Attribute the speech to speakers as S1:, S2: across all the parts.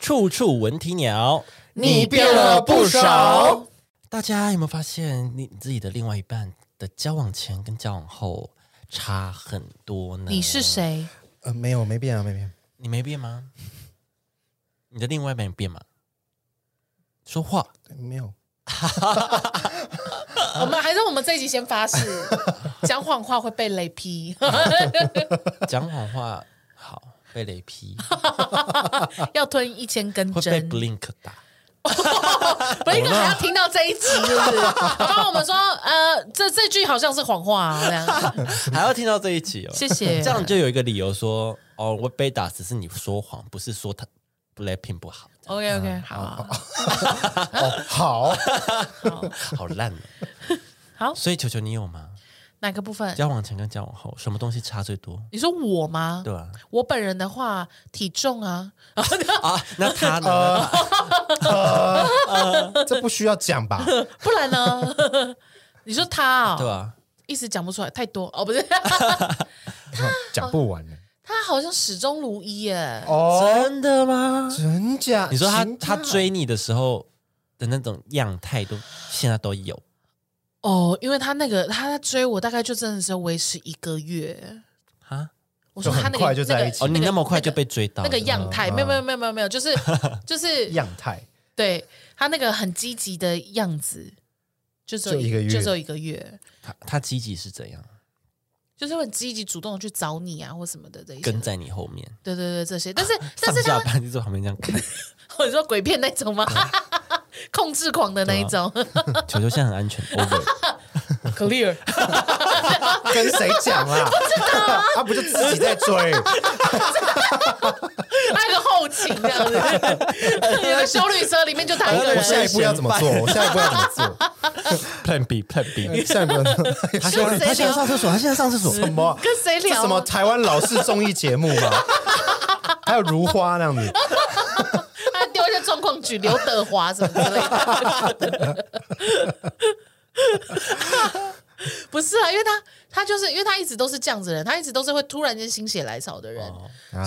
S1: 处处闻啼鸟。
S2: 你变了不少。
S1: 大家有没有发现，你自己的另外一半的交往前跟交往后差很多呢？
S3: 你是？谁？
S2: 呃，没有，没变啊，没变。
S1: 你没变吗？你的另外一半有变吗？说话，
S2: 没有，
S3: 我们还是我们这一集先发誓，讲谎话会被雷劈，
S1: 讲谎话，好被雷 劈，
S3: 要吞一千根
S1: 会被哦
S3: 针。
S1: blink 打。
S3: 不应该还要听到这一集，是不是？帮我们说，呃，这这句好像是谎话、啊，这样。
S1: 还要听到这一集哦，
S3: 谢谢
S1: 这样就有一个理由说，哦，我被打只是你说谎，不是说他 Blackpink 不好，
S3: OK OK，好
S1: 嗯
S3: 啊、
S2: 好，
S1: 好烂哦。
S3: 好
S1: 所以球球你有吗？
S3: 哪个部分？
S1: 交往前跟交往后，什么东西差最多？
S3: 你说我吗？
S1: 对吧？
S3: 我本人的话，体重啊，
S1: 啊， 那他呢？
S2: 这不需要讲 吧？
S3: 不然呢？ 你说他 啊、
S1: 对吧？
S3: 一时讲不出来，太多哦，不是，
S2: 讲不完了。
S3: 他好像始终如一耶。
S2: 哦，
S1: 真的吗？
S2: 真假？啊
S1: 你说他
S2: 真假
S1: 他追你的时候的那种样态都现在都有，
S3: 哦，因为他那个他在追我，大概就真的是维持一个月
S1: 啊。
S3: 我说
S2: 就很
S3: 他那个
S2: 快就在一起
S1: 哦，你那么快
S3: 那个
S1: 就被追到
S3: 那个
S1: 了啊
S3: 样态，没有没有没有没有没有，就是 就是
S2: 样 态，
S3: 对他那个很积极的样子，就只有
S2: 就一个月
S3: 就只有一个月，
S1: 他他积极是怎样？
S3: 就是很积极主动的去找你啊或什么的这一些，
S1: 跟在你后面，
S3: 对对对这些，但是
S1: 上
S3: 但是
S1: 下
S3: 他
S1: 班就在旁边这样看。
S3: 我说鬼片那种吗？ 控制狂的那一
S1: 啊
S3: 种
S1: 球球现在很安全，over。
S3: ，clear，
S2: 跟谁讲啦？ 他不就自己 在追？
S3: 那个后勤这样 子，有个修旅车里面就他一个
S2: 我
S3: 人，
S2: 下一步要怎么做？我下一步要怎么做？
S1: Plan B，Plan B。
S2: 下一步要怎么做
S1: 他
S3: 跟谁聊？
S1: 厕所，他现在上厕 所。
S2: 什么？
S3: 跟谁
S2: 这
S3: 聊啊？
S2: 什么台湾老式综艺节目吗？还有如花那样子，
S3: 他丢一些状况举刘德华什么之类的。不是啊，因为他他就是因为他一直都是这样子的人，他一直都是会突然间心血来潮的人，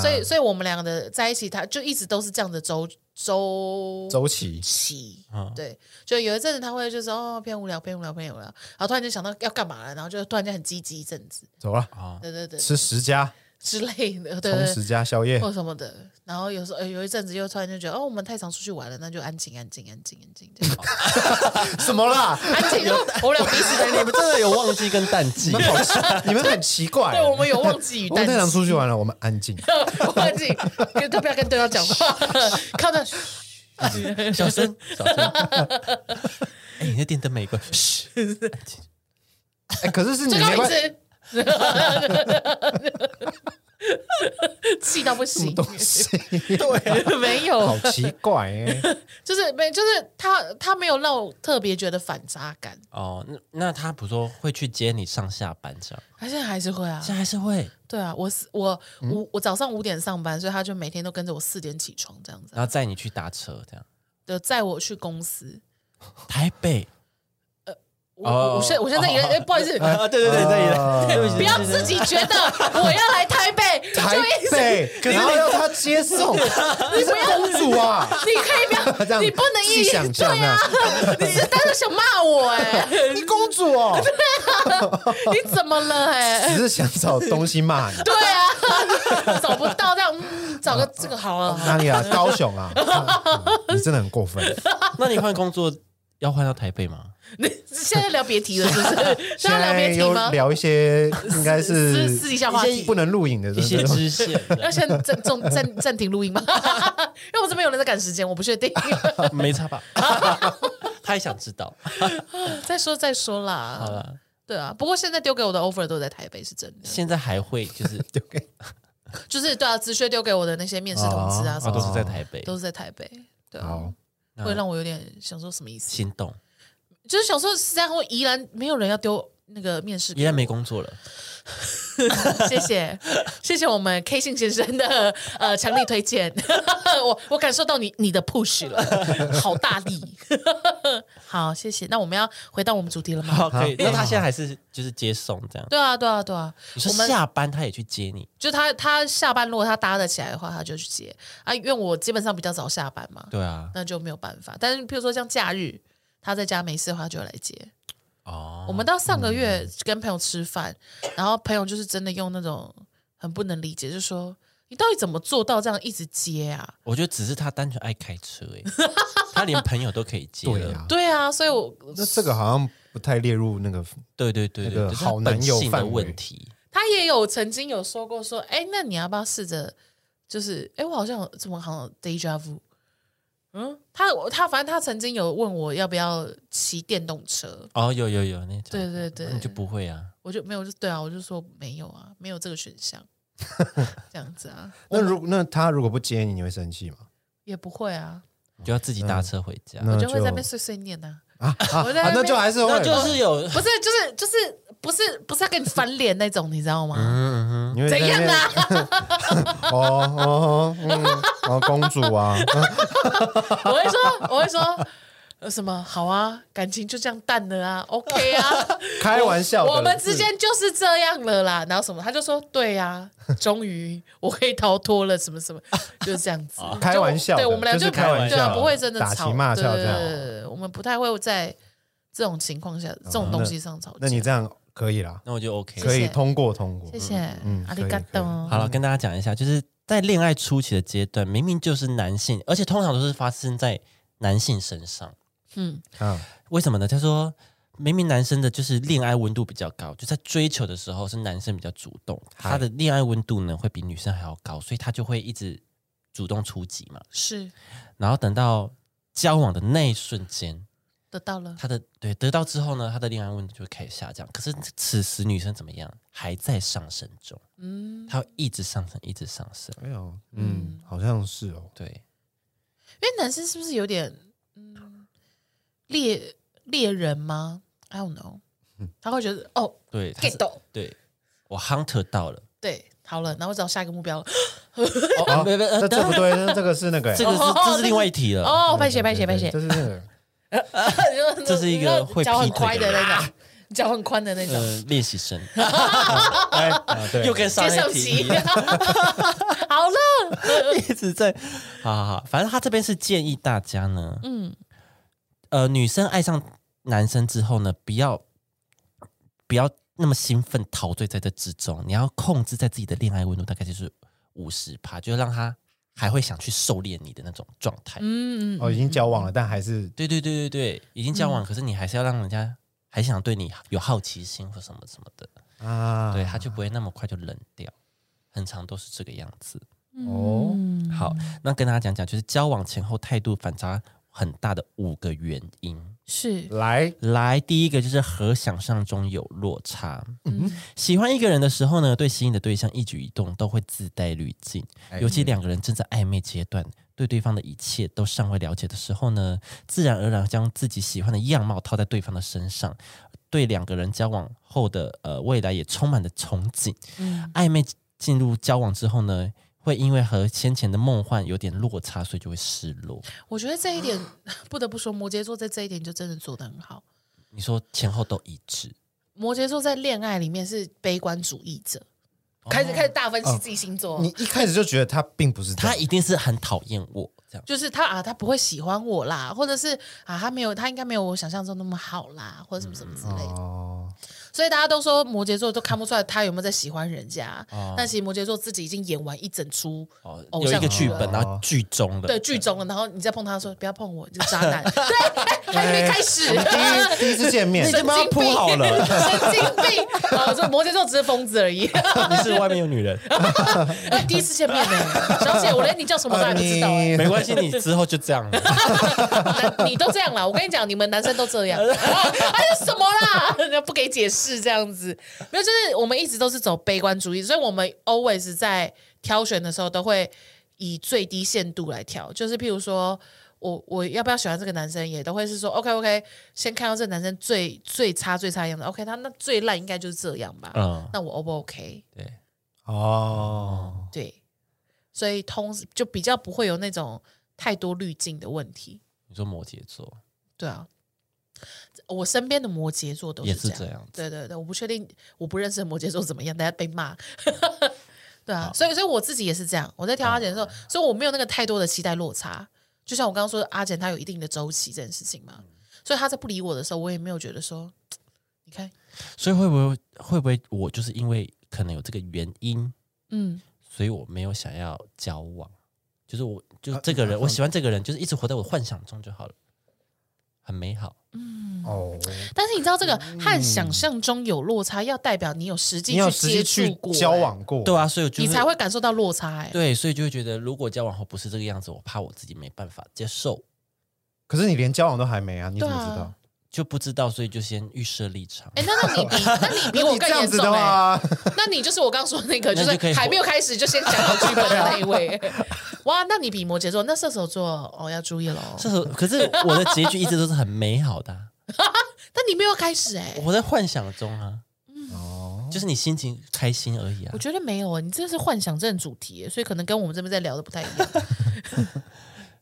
S3: 所以所以我们两个的在一起，他就一直都是这样的周周
S2: 周琦
S3: 期。对，就有一阵子他会就是哦偏无聊偏无聊偏无聊，然后突然间想到要干嘛了，然后就突然间很积极一阵子，
S2: 走了，
S3: 对对对
S2: 吃十家，
S3: 之类的，对
S2: 同
S3: 对
S2: 十家宵夜，
S3: 或什么的。然后有时候、呃有一阵子又突然就觉得，哦，我们太常出去玩了，那就安静、安静、安静、安静这
S2: 哦
S3: 样。
S2: 什么啦？
S3: 安静就哦我们俩彼此在
S1: 你们真的有忘记跟淡季
S2: 你？们好奇，你们很奇怪。
S3: 对，我们有忘记语
S2: 我
S3: 淡
S2: 们
S3: 季，
S2: 太常出去玩了，我们安静。
S3: 忘记跟都不要跟对方讲话，靠着
S1: 小声，小声。 哎，你那电灯没关，嘘。
S2: 哎，可是 是你
S3: 最
S2: 没
S3: 高一
S2: 关系，
S3: 次。 气到 不行，
S2: 东西
S3: 啊没有
S2: 好，奇怪哎。
S3: 就是没，就是他他没有让我特别觉得反差感，
S1: 哦，那那他不说会去接你上下班这样？
S3: 他现在还是会啊，
S1: 现在还是会，
S3: 对啊，我四我
S2: 嗯
S3: 我我早上五点上班，所以他就每天都跟着我四点起床这样子啊，
S1: 然后载你去搭车这样。
S3: 就载我去公司。
S1: 台北
S3: 我
S1: 哦
S3: 我我现我现在也哎，不 好意思，
S1: 啊，对对对，在宜兰，对不起，
S3: 不要自己觉得我要来台北， 就
S2: 台
S3: 一直
S2: 北，然后要他接送，你是公主啊？
S3: 你可以不要，
S2: 这样
S3: 你不能
S2: 自己
S3: 一
S2: 想象
S3: 对啊， 你是当时想骂我哎，
S2: 你公主哦，
S3: 你怎么了
S2: 只
S3: 哎？
S2: 是想找东西骂你。
S3: 对啊， 找不到这样，嗯，找个这个好了，好
S2: 哪里啊？高雄啊？嗯你真的很过分。
S1: 那你换工作要换到台北吗？
S3: 你现在聊别提了是不是？现
S2: 现
S3: 在聊
S2: 在
S3: 别提
S2: 又
S3: 吗？
S2: 聊一些应该
S3: 私
S2: 是
S3: 私底下话题
S2: 不能录影的
S1: 一些
S2: 这种
S1: 支线这
S3: 要
S1: 样
S3: 先暂暂暂暂停录音吗？因为我这边有人在赶时间，我不确定。
S1: 没差吧？他也想知道。
S3: 再说再说啦。
S1: 好了，
S3: 对啊，不过现在丢给我的 offer 都在台北，是真的。
S1: 现在还会就是
S2: 丢给
S3: 就是对啊，直学丢给我的那些面试通知
S2: 哦
S3: 啊什
S1: 啊，
S3: 么
S1: 都
S3: 的，
S1: 是在台北，
S3: 都是在台北。对啊，
S2: 好，
S1: 那
S3: 会让我有点想说什么意思？
S1: 心动。
S3: 就是想说，实在我宜兰没有人要丢那个面试给
S1: 依然没工作了，
S3: 我， 谢谢谢谢我们 K 信先生的呃强力推荐， 我我感受到你你的 push 了，好大力， 好谢谢。那我们要回到我们主题了吗？
S1: 好，可以。那他现在还是就是接送这样，
S3: 对啊对啊对啊，
S1: 你
S3: 我
S1: 说
S3: 们
S1: 下班他也去接你，
S3: 就他他下班如果他搭得起来的话，他就去接啊，因为我基本上比较早下班嘛，
S1: 对啊，
S3: 那就没有办法。但是譬如说像假日，他在家没事的话就来接。
S1: 哦，
S3: 我们到上个月跟朋友吃饭，然后朋友就是真的用那种很不能理解，就说你到底怎么做到这样一直接啊？
S1: 我觉得只是他单纯爱开车哎，他连朋友都可以接
S2: 对
S1: 了
S2: 啊，，
S3: 对啊，所以我
S2: 那这个好像不太列入那个，
S1: 对对对
S2: 那
S1: 对，
S2: 个
S1: 这是
S2: 好
S1: 他
S2: 男
S1: 本
S2: 友
S1: 性
S2: 范
S1: 的
S2: 围
S1: 问题，
S3: 他也有曾经有说过说，哎，那你要不要试着就是，哎，我好像有怎么好像 deja vu。嗯，他他反正他曾经有问我要不要骑电动车，
S1: 哦，有有有那种，
S3: 对对对
S1: 那你就不会啊，
S3: 我就没有，就对啊，我就说没有啊，没有这个选 项，这样子啊，
S2: 那如那他如果不接你，你会生气吗？
S3: 也不会啊，
S1: 你就要自己搭车回家，
S2: 嗯那
S3: 我就会在那边碎碎念呐、
S2: 啊啊，
S3: 我在
S2: 啊
S3: 那边
S2: 那就还是会
S1: 那
S2: 吧，
S1: 就是有，
S3: 不是，就是就是不是不是要跟你翻脸那种，你知道吗？
S1: 嗯嗯
S2: 你会在
S3: 怎
S2: 那边
S3: 样啊？
S2: 哦哦哦嗯哦，公主啊，
S3: 我会说，我会说。呃什么好啊？感情就这样淡了啊，OK 啊，
S2: 开玩笑的，
S3: 我们之间就是这样了啦。然后什么，他就说对呀、啊， 终于我可以逃脱了，什么什么， 就是这样子。就
S2: 啊开玩笑的
S3: 对我们俩
S2: 就是开玩笑
S3: 对啊，不会真的
S2: 打
S3: 吵
S2: 情骂俏
S3: 对
S2: 这样啊
S3: 对对对我们不太会在这种情况下、这种东西上吵架。
S2: 那你这样可以啦，
S1: 那我就 OK 了
S2: 可
S3: 谢
S2: 以
S3: 谢
S2: 通过通过
S3: 谢，谢，
S2: 嗯
S3: 阿里
S2: 可
S3: 嘎
S2: 以可以
S3: 多。
S1: 好了，跟大家讲一下，就是在恋爱初期的阶段，明明就是男性，而且通常都是发生在男性身上。
S3: 嗯，
S2: 啊，
S1: 为什么呢？他说，明明男生的就是恋爱温度比较高，就在追求的时候是男生比较主动，
S2: 嗨
S1: 他的恋爱温度呢会比女生还要高，所以他就会一直主动出击嘛。
S3: 是
S1: 然后等到交往的那一瞬间，
S3: 得到了。
S1: 他的对得到之后呢，他的恋爱温度就开始下降。可是此时女生怎么样？还在上升中，
S3: 嗯，
S1: 她会一直上升，一直上升。
S2: 哎呦，嗯，好像是哦，
S1: 对，
S3: 因为男生是不是有点嗯猎猎人吗？I don't know，他
S2: 嗯
S3: 会觉得哦
S1: 对她是
S3: ，get 到，
S1: 对，我 hunter 到 了。
S3: 对，好了，然后我找下一个目标了。
S1: 哦，没没，呃
S2: 那这
S1: 等
S2: 不对，那这个是那个
S1: 这
S2: 欸，
S1: 个是
S3: 哦
S1: 这是另外一题了。
S2: 啊
S3: 哦，拍写拍写拍写
S2: 这，是那 个，
S1: 这是一个会
S3: 脚很
S1: 劈腿
S3: 宽的
S1: 的人
S3: 那种，脚很宽的那种。
S1: 呃，练习生
S2: 哎，啊对
S1: 又跟上
S3: 接上
S1: 一题
S3: 期
S1: 一样，
S3: 好 了，
S1: 一直在，好好好，反正他这边是建议大家呢，
S3: 嗯，
S1: 呃，女生爱上男生之后呢，不要不要那么兴奋陶醉在这之中，你要控制在自己的恋爱温度大概就是五十趴，就让他还会想去狩猎你的那种状态。
S3: 嗯嗯
S2: 哦，已经交往了，但还是
S1: 对对对对对，已经交往，可是你还是要让人家还想对你有好奇心或什么什么的。
S2: 啊，
S1: 对，他就不会那么快就冷掉，很长都是这个样子。
S3: 嗯
S2: 哦，
S1: 好，那跟大家讲讲，就是交往前后态度反差很大的五个原因。
S3: 是
S2: 来，
S1: 来，第一个就是和想象中有落差。
S3: 嗯
S2: 嗯
S1: 喜欢一个人的时候呢，对心仪的对象一举一动都会自带滤镜，
S2: 哎
S3: 哎
S1: 尤其两个人正在暧昧阶段，对对方的一切都尚未了解的时候呢，自然而然将自己喜欢的样貌套在对方的身上，对两个人交往后的呃未来也充满了憧憬。
S3: 嗯
S1: 暧昧进入交往之后呢，会因为和先前的梦幻有点落差，所以就会失落。
S3: 我觉得这一点 不得不说，摩羯座在这一点就真的做得很好。
S1: 你说前后都一致，
S3: 摩羯座在恋爱里面是悲观主义者，开始开始大分析自己星座。
S2: 哦你一开始就觉得他并不是这
S1: 他
S2: 样
S1: 一定是很讨厌我这样。
S3: 就是他啊，他不会喜欢我啦，或者是啊，他没有，他应该没有我想象中那么好啦，或者什么什么之类的。
S2: 哦，
S3: 所以大家都说摩羯座都看不出来他有没有在喜欢人家，但其实摩羯座自己已经演完一整出
S1: 哦，
S3: 偶
S1: 有一
S3: 像
S1: 个剧
S3: 剧了
S1: 本，然后剧中了。
S3: 对剧中了，然后你再碰他说不要碰我，你这个渣男，对，还没开始，
S2: 哎第一第一次见面
S1: 你他妈
S3: 神经病
S1: 铺好了
S3: 神经病！哦，这摩羯座只是疯子而已。
S1: 你是外面有女人，
S3: 哎第一次见面呢，小姐，我连你叫什么都还不知
S2: 哦
S3: 道、哎
S1: 没关系，你之后就这样 了。
S3: 男你都这样啦，我跟你讲，你们男生都这样。还有什么啦？ 人家不给解释这样子，没有，就是我们一直都是走悲观主义，所以我们 always 在挑选的时候都会以最低限度来挑，就是譬如说。我我要不要喜欢这个男生，也都会是说 OK OK，先看到这个男生最最差最差的样子，OK，他那最烂应该就是这样吧？
S1: 嗯，
S3: 那我 O 不 OK？
S1: 对，
S2: 哦，
S3: 对，所以通就比较不会有那种太多滤镜的问题。
S1: 你说摩羯座
S3: 对啊，我身边的摩羯座都
S1: 也
S3: 这
S1: 是
S3: 样。
S1: 这样子，
S3: 对对对，我不确定，我不认识的摩羯座怎么样，大家被骂。 对啊，所以所以我自己也是这样，我在挑阿简的时候，所以我没有那个太多的期待落差。就像我刚刚说的，阿简他有一定的周期这件事情
S2: 嗯
S3: 嘛，所以他在不理我的时候，我也没有觉得说，你看，
S1: 所以会不会会不会我就是因为可能有这个原因，
S3: 嗯，
S1: 所以我没有想要交往，就是我就是
S2: 啊
S1: 这个
S2: 你
S1: 人，
S2: 马上
S1: 我喜欢这个人，就是一直活在我幻想中就好了，很美好。
S2: 哦，
S3: 但是你知道这个和想象中有落差，要代表你有实际
S2: 嗯你有实际
S3: 接触
S2: 去
S3: 过、欸
S2: 交，往过，
S1: 对啊，所以我就
S3: 你
S1: 是
S3: 才会感受到落差、哎，
S1: 对，所以就会觉得如果交往后不是这个样子，我怕我自己没办法接受，
S2: 可是你连交往都还没啊，你怎么
S3: 对啊
S2: 知道？
S1: 就不知道，所以就先预设立场。
S3: 哎、那那 你比那你比
S2: 那
S3: 我
S2: 你这
S3: 更
S2: 样
S3: 严
S2: 子
S3: 重
S2: 的
S3: 哎、
S2: 话，
S3: 那你就是我刚刚说的那个，
S1: 那
S3: 就
S1: 就可以
S3: 是
S1: 活
S3: 还没有开始就先想好剧本的那一 位。哇，那你比摩羯座，那射手座哦要注意喽。
S1: 这是可是我的结局一直都是很美好的啊、
S3: 但你没有开始哎、
S1: 我在幻想中啊，
S2: 哦，
S1: 就是你心情开心而已啊
S3: 我。觉得没有啊，你这是幻想症主题耶，所以可能跟我们这边在聊的不太一样。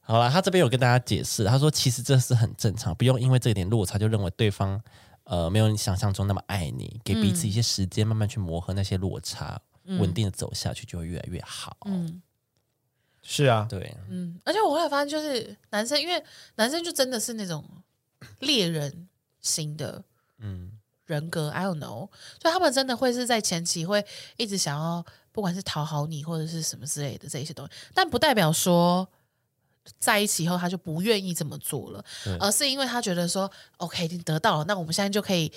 S1: 好了，他这边有跟大家解释，他说其实这是很正常，不用因为这点落差就认为对方呃没有你想象中那么爱你，给彼此一些时间，慢慢去磨合那些落差，稳定的走下去就会越来越好。
S3: 嗯
S2: 是啊，
S1: 对，
S3: 嗯，而且我后来发现，就是男生，因为男生就真的是那种猎人型的，
S1: 嗯，
S3: 人格，I don't know，所以他们真的会是在前期会一直想要，不管是讨好你或者是什么之类的这一些东西，但不代表说在一起以后他就不愿意这么做了
S1: 对，
S3: 而是因为他觉得说，OK，已经得到了，那我们现在就可以。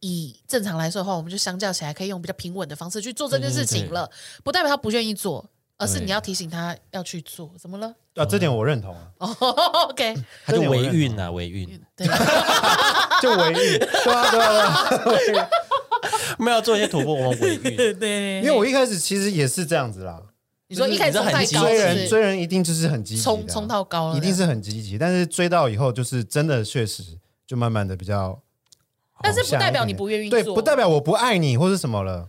S3: 以正常来说的话，我们就相较起来可以用比较平稳的方式去做这件事情了，不代表他不愿意做，而是
S1: 对
S3: 你要提醒他要去做。怎么了、
S2: 啊，这点我认同啊，
S3: 哦 o k
S1: 他就
S2: 这点我
S1: 维
S2: 认同
S1: 运啊，维运，
S3: 对，
S2: 就唯一，对啊，对啊， 对啊对啊，
S1: 没有做一些突破，我们维 运。
S3: 对，
S2: 因为我一开始其实也是这样子啦，
S3: 你说一开始
S1: 就是你知道很
S3: 冲太
S1: 积极
S3: 高，
S2: 追
S3: 是
S2: 人
S3: 不是
S2: 追人一定就是很积极的啊，
S3: 冲冲到高了，
S2: 一定是很积极，但是追到以后就是真的确实就慢慢的比较
S3: 但是不
S2: 下一
S3: 代表
S2: 点
S3: 你
S2: 点
S3: 不愿意做，
S2: 对，不代表我不爱你或是什么了，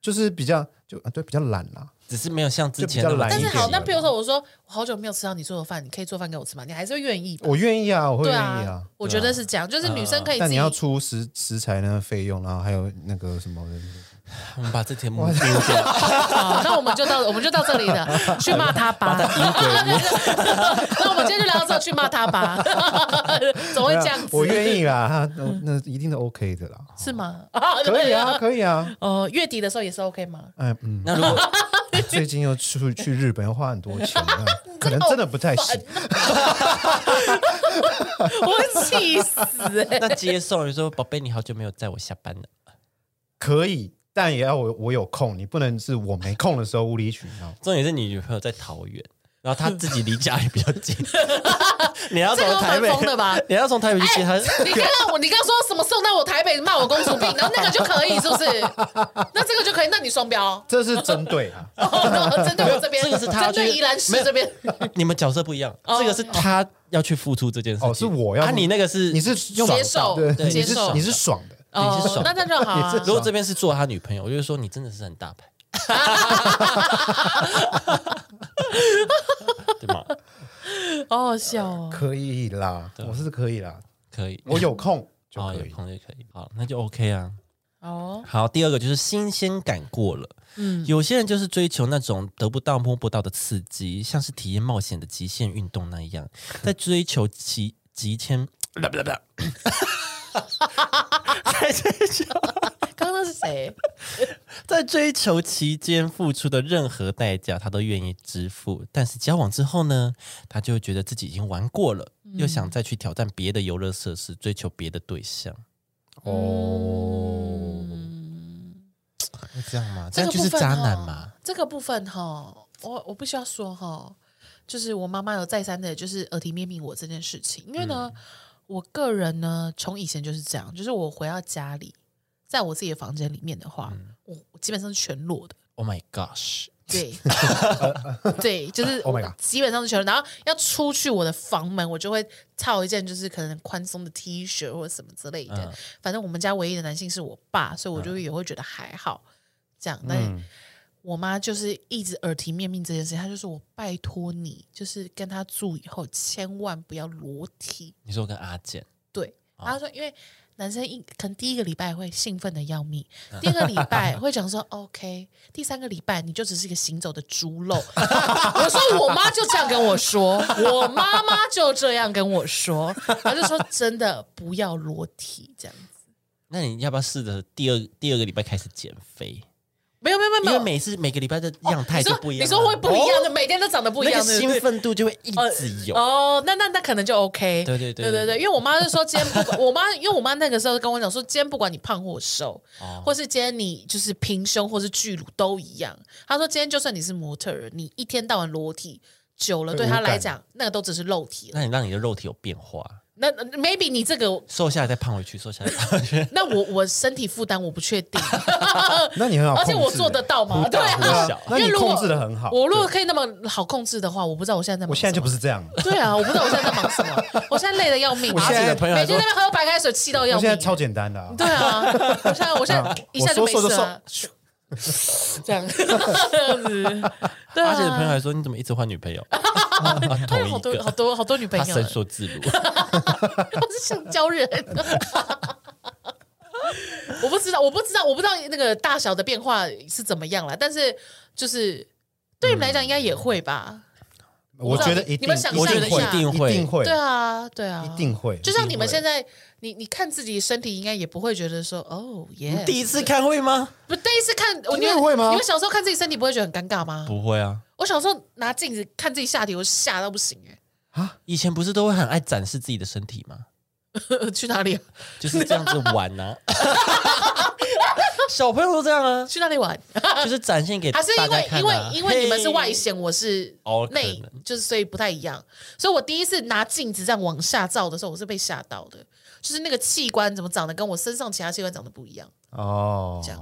S2: 就是比较就啊对比较懒啦，
S1: 只是没有像之前那么
S2: 就比较懒
S3: 但
S2: 一
S3: 是
S2: 点
S3: 好，
S2: 点
S3: 那比如说我说我好久没有吃到你做的饭，你可以做饭给我吃吗？你还是会愿意吧？
S2: 我愿意啊，我会
S3: 对
S2: 愿意
S3: 啊
S2: 啊，，
S3: 我觉得是这样，就是女生可以自
S2: 但你
S3: 己
S2: 要出食食材那个费用，然后还有那个什么的，
S1: 我们嗯把这题目丢掉，
S3: 好，那我们就到我们就到这里了，去骂他吧。 那我们今天就聊到这，去骂他吧， 怎么会
S1: 啊
S3: 这样子？
S2: 我愿意啦，他那那一定是 OK 的啦，
S3: 是吗？啊
S2: 可以啊，。可以 啊，
S3: 呃，月底的时候也是 OK 吗？
S2: 哎嗯，
S1: 那如果
S2: 最近又去去日本要花很多钱 啊，可能真的不太行。
S3: 啊我会气死、欸！
S1: 那接受，你说宝贝，你好久没有载我下班了，
S2: 可以，但也要我我有空，你不能是我没空的时候无理取闹。
S1: 重点是你女朋友在桃园，然后她自己离家也比较 近，你要从
S3: 这个
S1: 台北
S3: 蛮疯的吧 哎
S1: 你要从台北去接她，
S3: 你刚刚我你刚刚说什么送到我台北骂我公主病，然后那个就可以是不 是？那这个就可以，那你双标，
S2: 这是针对啊，
S3: 哦针对我这边，
S1: 这个是他
S3: 针对
S1: 去
S3: 宜兰市
S1: 没有
S3: 这边。
S1: 你们角色不一样，
S3: 哦
S1: 这个是她要去付出这件事情，
S2: 哦是我要
S1: 啊，你那个是哦
S2: 你是用
S3: 接受
S2: 对，
S1: 对
S2: 你
S3: 接受
S2: 是你是爽的，
S1: 你是爽
S3: 哦那那就好
S2: 你
S3: 啊
S2: 是。
S1: 如果这边是做她女朋友，我就说你真的是很大 牌， 对吗？
S3: 好好笑哦。
S2: 可以啦，我是可以啦，
S1: 可以，
S2: 我有空就
S1: 哦，
S2: 可
S1: 有
S2: 以。
S1: 空就可以，好，那就 OK 啊。
S3: 哦，
S1: 好，第二个就是新鲜感过了。嗯，有些人就是追求那种得不到、摸不到的刺激，像是体验冒险的极限运动那 样，在追求极极限，不不不，在追求
S3: 刚刚那是谁？
S1: 在追求期间付出的任何代价，他都愿意支付。但是交往之后呢，他就觉得自己已经玩过了，又想再去挑战别的游乐设施，追求别的对象，
S2: 哦，
S3: 嗯
S1: 会哦这样吗？
S3: 这
S1: 这样啊就
S3: 个部
S1: 是
S3: 分
S1: 渣
S3: 哈
S1: 男嘛？？
S3: 这个部分哈，我我必须要说哈，就是我妈妈有再三的，就是耳提面命我这件事情，因为呢，
S1: 嗯
S3: 我个人呢，从以前就是这样，就是我回到
S1: 嗯
S3: 家里，在我自己的房间里面的话，我我基本上是全裸的。
S1: Oh my gosh！
S3: 对，对，就是
S2: Oh my god
S3: 基本上是球。然后要出去我的房门，我就会套一件就是可能宽松的 T 恤或者什么之类的。
S1: 嗯
S3: 反正我们家唯一的男性是我爸，所
S2: 嗯
S3: 以我就也会觉得还好这样。但是我妈就是一直耳提面命这件事情，她就说我拜托你，就是跟他住以后千万不要裸体。
S1: 你说我跟阿健，
S3: 对，
S1: 啊
S3: 然后她说因为。男生一可能第一个礼拜会兴奋的要命，第二个礼拜会讲说 OK，第三个礼拜你就只是一个行走的猪肉。 我说我妈就这样跟我说，我妈妈就这样跟我说，她就说真的不要裸体这样子。
S1: 那你要不要试着第二第二个礼拜开始减肥？
S3: 没有没有没有，
S1: 因
S3: 没
S1: 为
S3: 有。
S1: 每次每个礼拜的样态
S3: 你
S1: 就
S3: 说
S1: 不一样啊、
S3: 你说会不一样的，每天都长得不一
S1: 那
S3: 样
S1: 个
S3: 的。
S1: 兴奋度就会一直有。
S3: 哦，那那那可能就 OK，
S1: 对对对
S3: 对
S1: 对
S3: 对，因为我妈就说今天不管 我妈，因为我妈那个时候跟我讲说，今天不管你胖或瘦，
S2: 哦
S3: 或是今天你就是平胸或是巨乳都一样，她说今天就算你是模特儿，你一天到晚裸体久了，
S2: 会
S3: 对她
S2: 无感
S3: 来讲那个都只是肉体了。
S1: 那你让你的肉体有变化，
S3: 那那 maybe 你这个，
S1: 瘦下来再胖回去，瘦下来 再胖回去。
S3: 那我我身体负担我不 确定，
S2: 那你很好控
S3: 而
S2: 制
S3: 且
S2: 欸，
S3: 我做得到吗？
S1: 不
S3: 对
S1: 到
S3: 啊
S1: 不到，
S2: 那
S3: 因
S2: 你
S3: 为如果
S2: 控制的很好。
S3: 我如果可以那么好控制的话，我不知道我现在在忙
S2: 我现在
S3: 什么
S2: 就不是这样了，
S3: 对啊，我不知道我现在在忙什么，我现在累得要命，啊
S2: 我现在
S1: 的朋友还
S3: 每
S1: 说
S3: 天在那边喝白开水，气到要
S2: 我
S3: 命。
S2: 现在超简单的啊。
S3: 对啊，我现在我现
S2: 啊
S3: 在一下就
S2: 我
S3: 没
S2: 说瘦
S3: 事
S2: 就
S3: 了，这样 这样子，对
S1: 阿健的朋友
S3: 啊，
S1: 还说：“你怎么一直换女朋友？”啊
S3: 他
S1: 同
S3: 有 好
S1: 一
S3: 多好
S1: 个，
S3: 多好多女朋
S1: 他
S3: 友了啊
S1: 伸， 缩自如。
S3: 我是想教人。 我不知道，我不知道，我不知道那个大小的变化是怎么样了，但是就是对你们来讲应该也会吧？
S2: 我觉得一
S3: 你
S2: 定，
S3: 们想象
S1: 我觉得
S3: 一下
S1: 一定
S2: 一定
S1: 会，
S2: 会，
S3: 对啊，对啊，
S2: 一定会。
S3: 就像你们现
S2: 在，
S3: 在，你你看自己身体，应该也不会觉得说，哦耶，
S1: 第一次看会吗？
S3: 不第一次看，我
S2: 真的会吗
S3: 你们小时候看自己身体不会觉得很尴尬吗？
S1: 不会啊，
S3: 我小时候拿镜子看自己下体，我吓到不行哎、
S1: 以前不是都会很爱展示自己的身体吗？
S3: 去哪里、啊？
S1: 就是这样子玩啊。小朋友都这样啊，
S3: 去哪里玩？
S1: 就是展现给
S3: 还是因
S1: 大家
S3: 为
S1: 看啊
S3: 因为因为你们是外
S1: 嘿
S3: 显，我是
S1: 哦可
S3: 内，
S1: 能
S3: 就是所以不太一样。所以我第一次拿镜子这样往下照的时候，我是被吓到的，就是那个器官怎么长得跟我身上其他器官长得不一样，
S2: 哦，
S3: 这样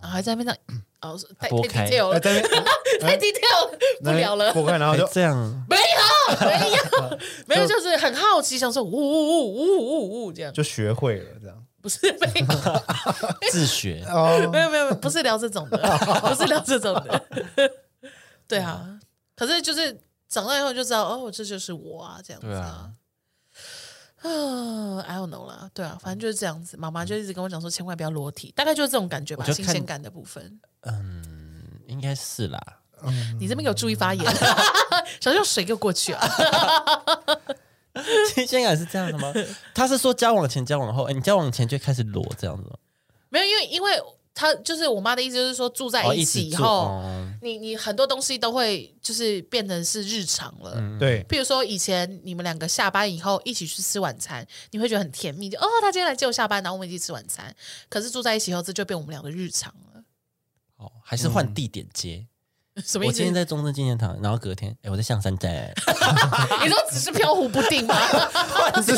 S3: 然后还在那边这样， 哦，太太
S1: 拨开
S3: detail
S2: 哎
S3: 了，
S2: 在那边
S3: 太 detail 了，不聊了。
S2: 我看，然后就
S1: 哎这样
S3: 没有，没有，没有，就是很好奇，想说呜呜呜呜呜呜这样，
S2: 就学会了这样。
S3: 不是没有，
S1: 自学
S2: 哦，
S3: 没有，没有，没有不是聊这 种的，不是聊这种的。对啊，可是就是长大以后就知道，哦，这就是我啊，这样子
S1: 对
S3: 啊
S1: 啊。
S3: 啊，I don't know 啦，对啊，反正就是这样子。妈妈就一直跟我讲说，千万不要裸体，大概就是这种感觉吧，
S1: 我就
S3: 新
S1: 看
S3: 鲜感的部分。
S1: 应该是啦。
S3: 你这边给我注意发言，
S1: 嗯
S3: 小用水给我过去啊！
S1: 新鲜感是这样的吗？他是说交往前、交往后，哎，你交往前就开始裸这样子吗？
S3: 没有，因为因为他就是我妈的意思，就是说住在
S1: 哦
S3: 一
S1: 一
S3: 起
S1: 起
S3: 以
S1: 做
S3: 后，
S1: 哦
S3: 你你很多东西都会就是变成是日常了。
S1: 嗯
S2: 对，
S3: 譬如说，以前你们两个下班以后一起去吃晚餐，你会觉得很甜蜜，就哦，他今天来接我下班，然后我们一起吃晚餐。可是住在一起以后，这就变我们两个日常了。
S1: 哦，还是换地点接。
S3: 什么意
S1: 我
S3: 思？
S1: 今天在中正纪念堂，然后隔天，哎，我在象山寨，
S3: 你说只是飘忽不 定吗？
S1: 换地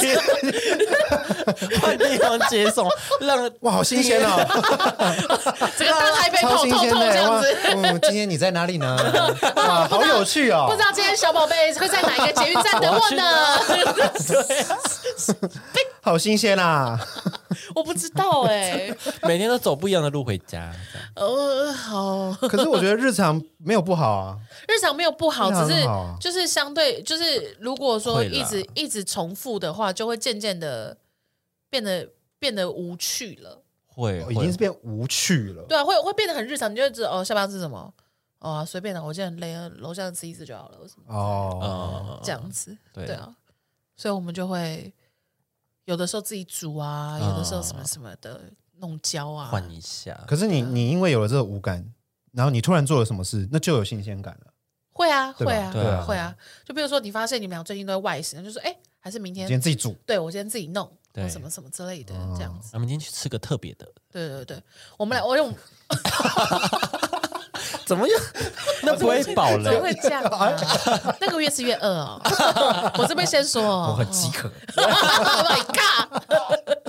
S1: 换地方接送，让
S2: 哇，好新鲜哦，
S3: 整个大台北
S2: 超
S3: 跑
S2: 新
S3: 透
S2: 鲜
S3: 透这
S2: 的
S3: 样
S2: 哇
S3: 子。！
S2: 嗯，今天你在哪里 呢？哇，好有趣哦
S3: 不知！道今天小宝贝会在哪一个捷运站等我呢？
S2: 好新鲜啊！
S3: 我不知道哎、
S1: 每天都走不一样的路回家。这样
S3: 呃，好，
S2: 可是我觉得日常没有不好 啊，
S3: 日常没有不好，
S2: 日常
S3: 只是
S2: 很好啊
S3: 就是相对就是如果说
S1: 会啦
S3: 一直一直重复的话，就会渐渐的变得变得无趣了。
S1: 会
S2: 哦已经是
S1: 会
S2: 变无趣了。
S3: 对啊，会会变得很日常，你就会知道哦，下班吃什么。哦、啊，随便啦，我今天很累，楼下吃一次就好了，什么
S2: 哦，
S1: 呃
S3: 这样子？
S1: 对
S3: 对啊，所以我们就会有的时候自己煮啊，有的时候什么什么的弄焦啊，
S1: 换一下，
S2: 可是你你因为有了这个无感，然后你突然做了什么事，那就有新鲜感了。
S3: 会啊，
S2: 对吧
S3: 会啊，
S1: 对啊
S3: 会啊。就比如说，你发现你们俩最近都在外食，就说哎、还是明
S2: 今
S3: 天
S2: 天自己煮，
S3: 对我今天自己弄，
S1: 对
S3: 或什么什么之类的，这样子。
S1: 我们今天去吃个特别的，
S3: 对对对，我们俩我用
S1: 怎么样？ 那不会饱
S3: 怎么
S1: 了，
S3: 会这样、啊？那个越吃越饿哦。我这边先说哦，
S2: 我很 饥渴。
S3: Oh my god！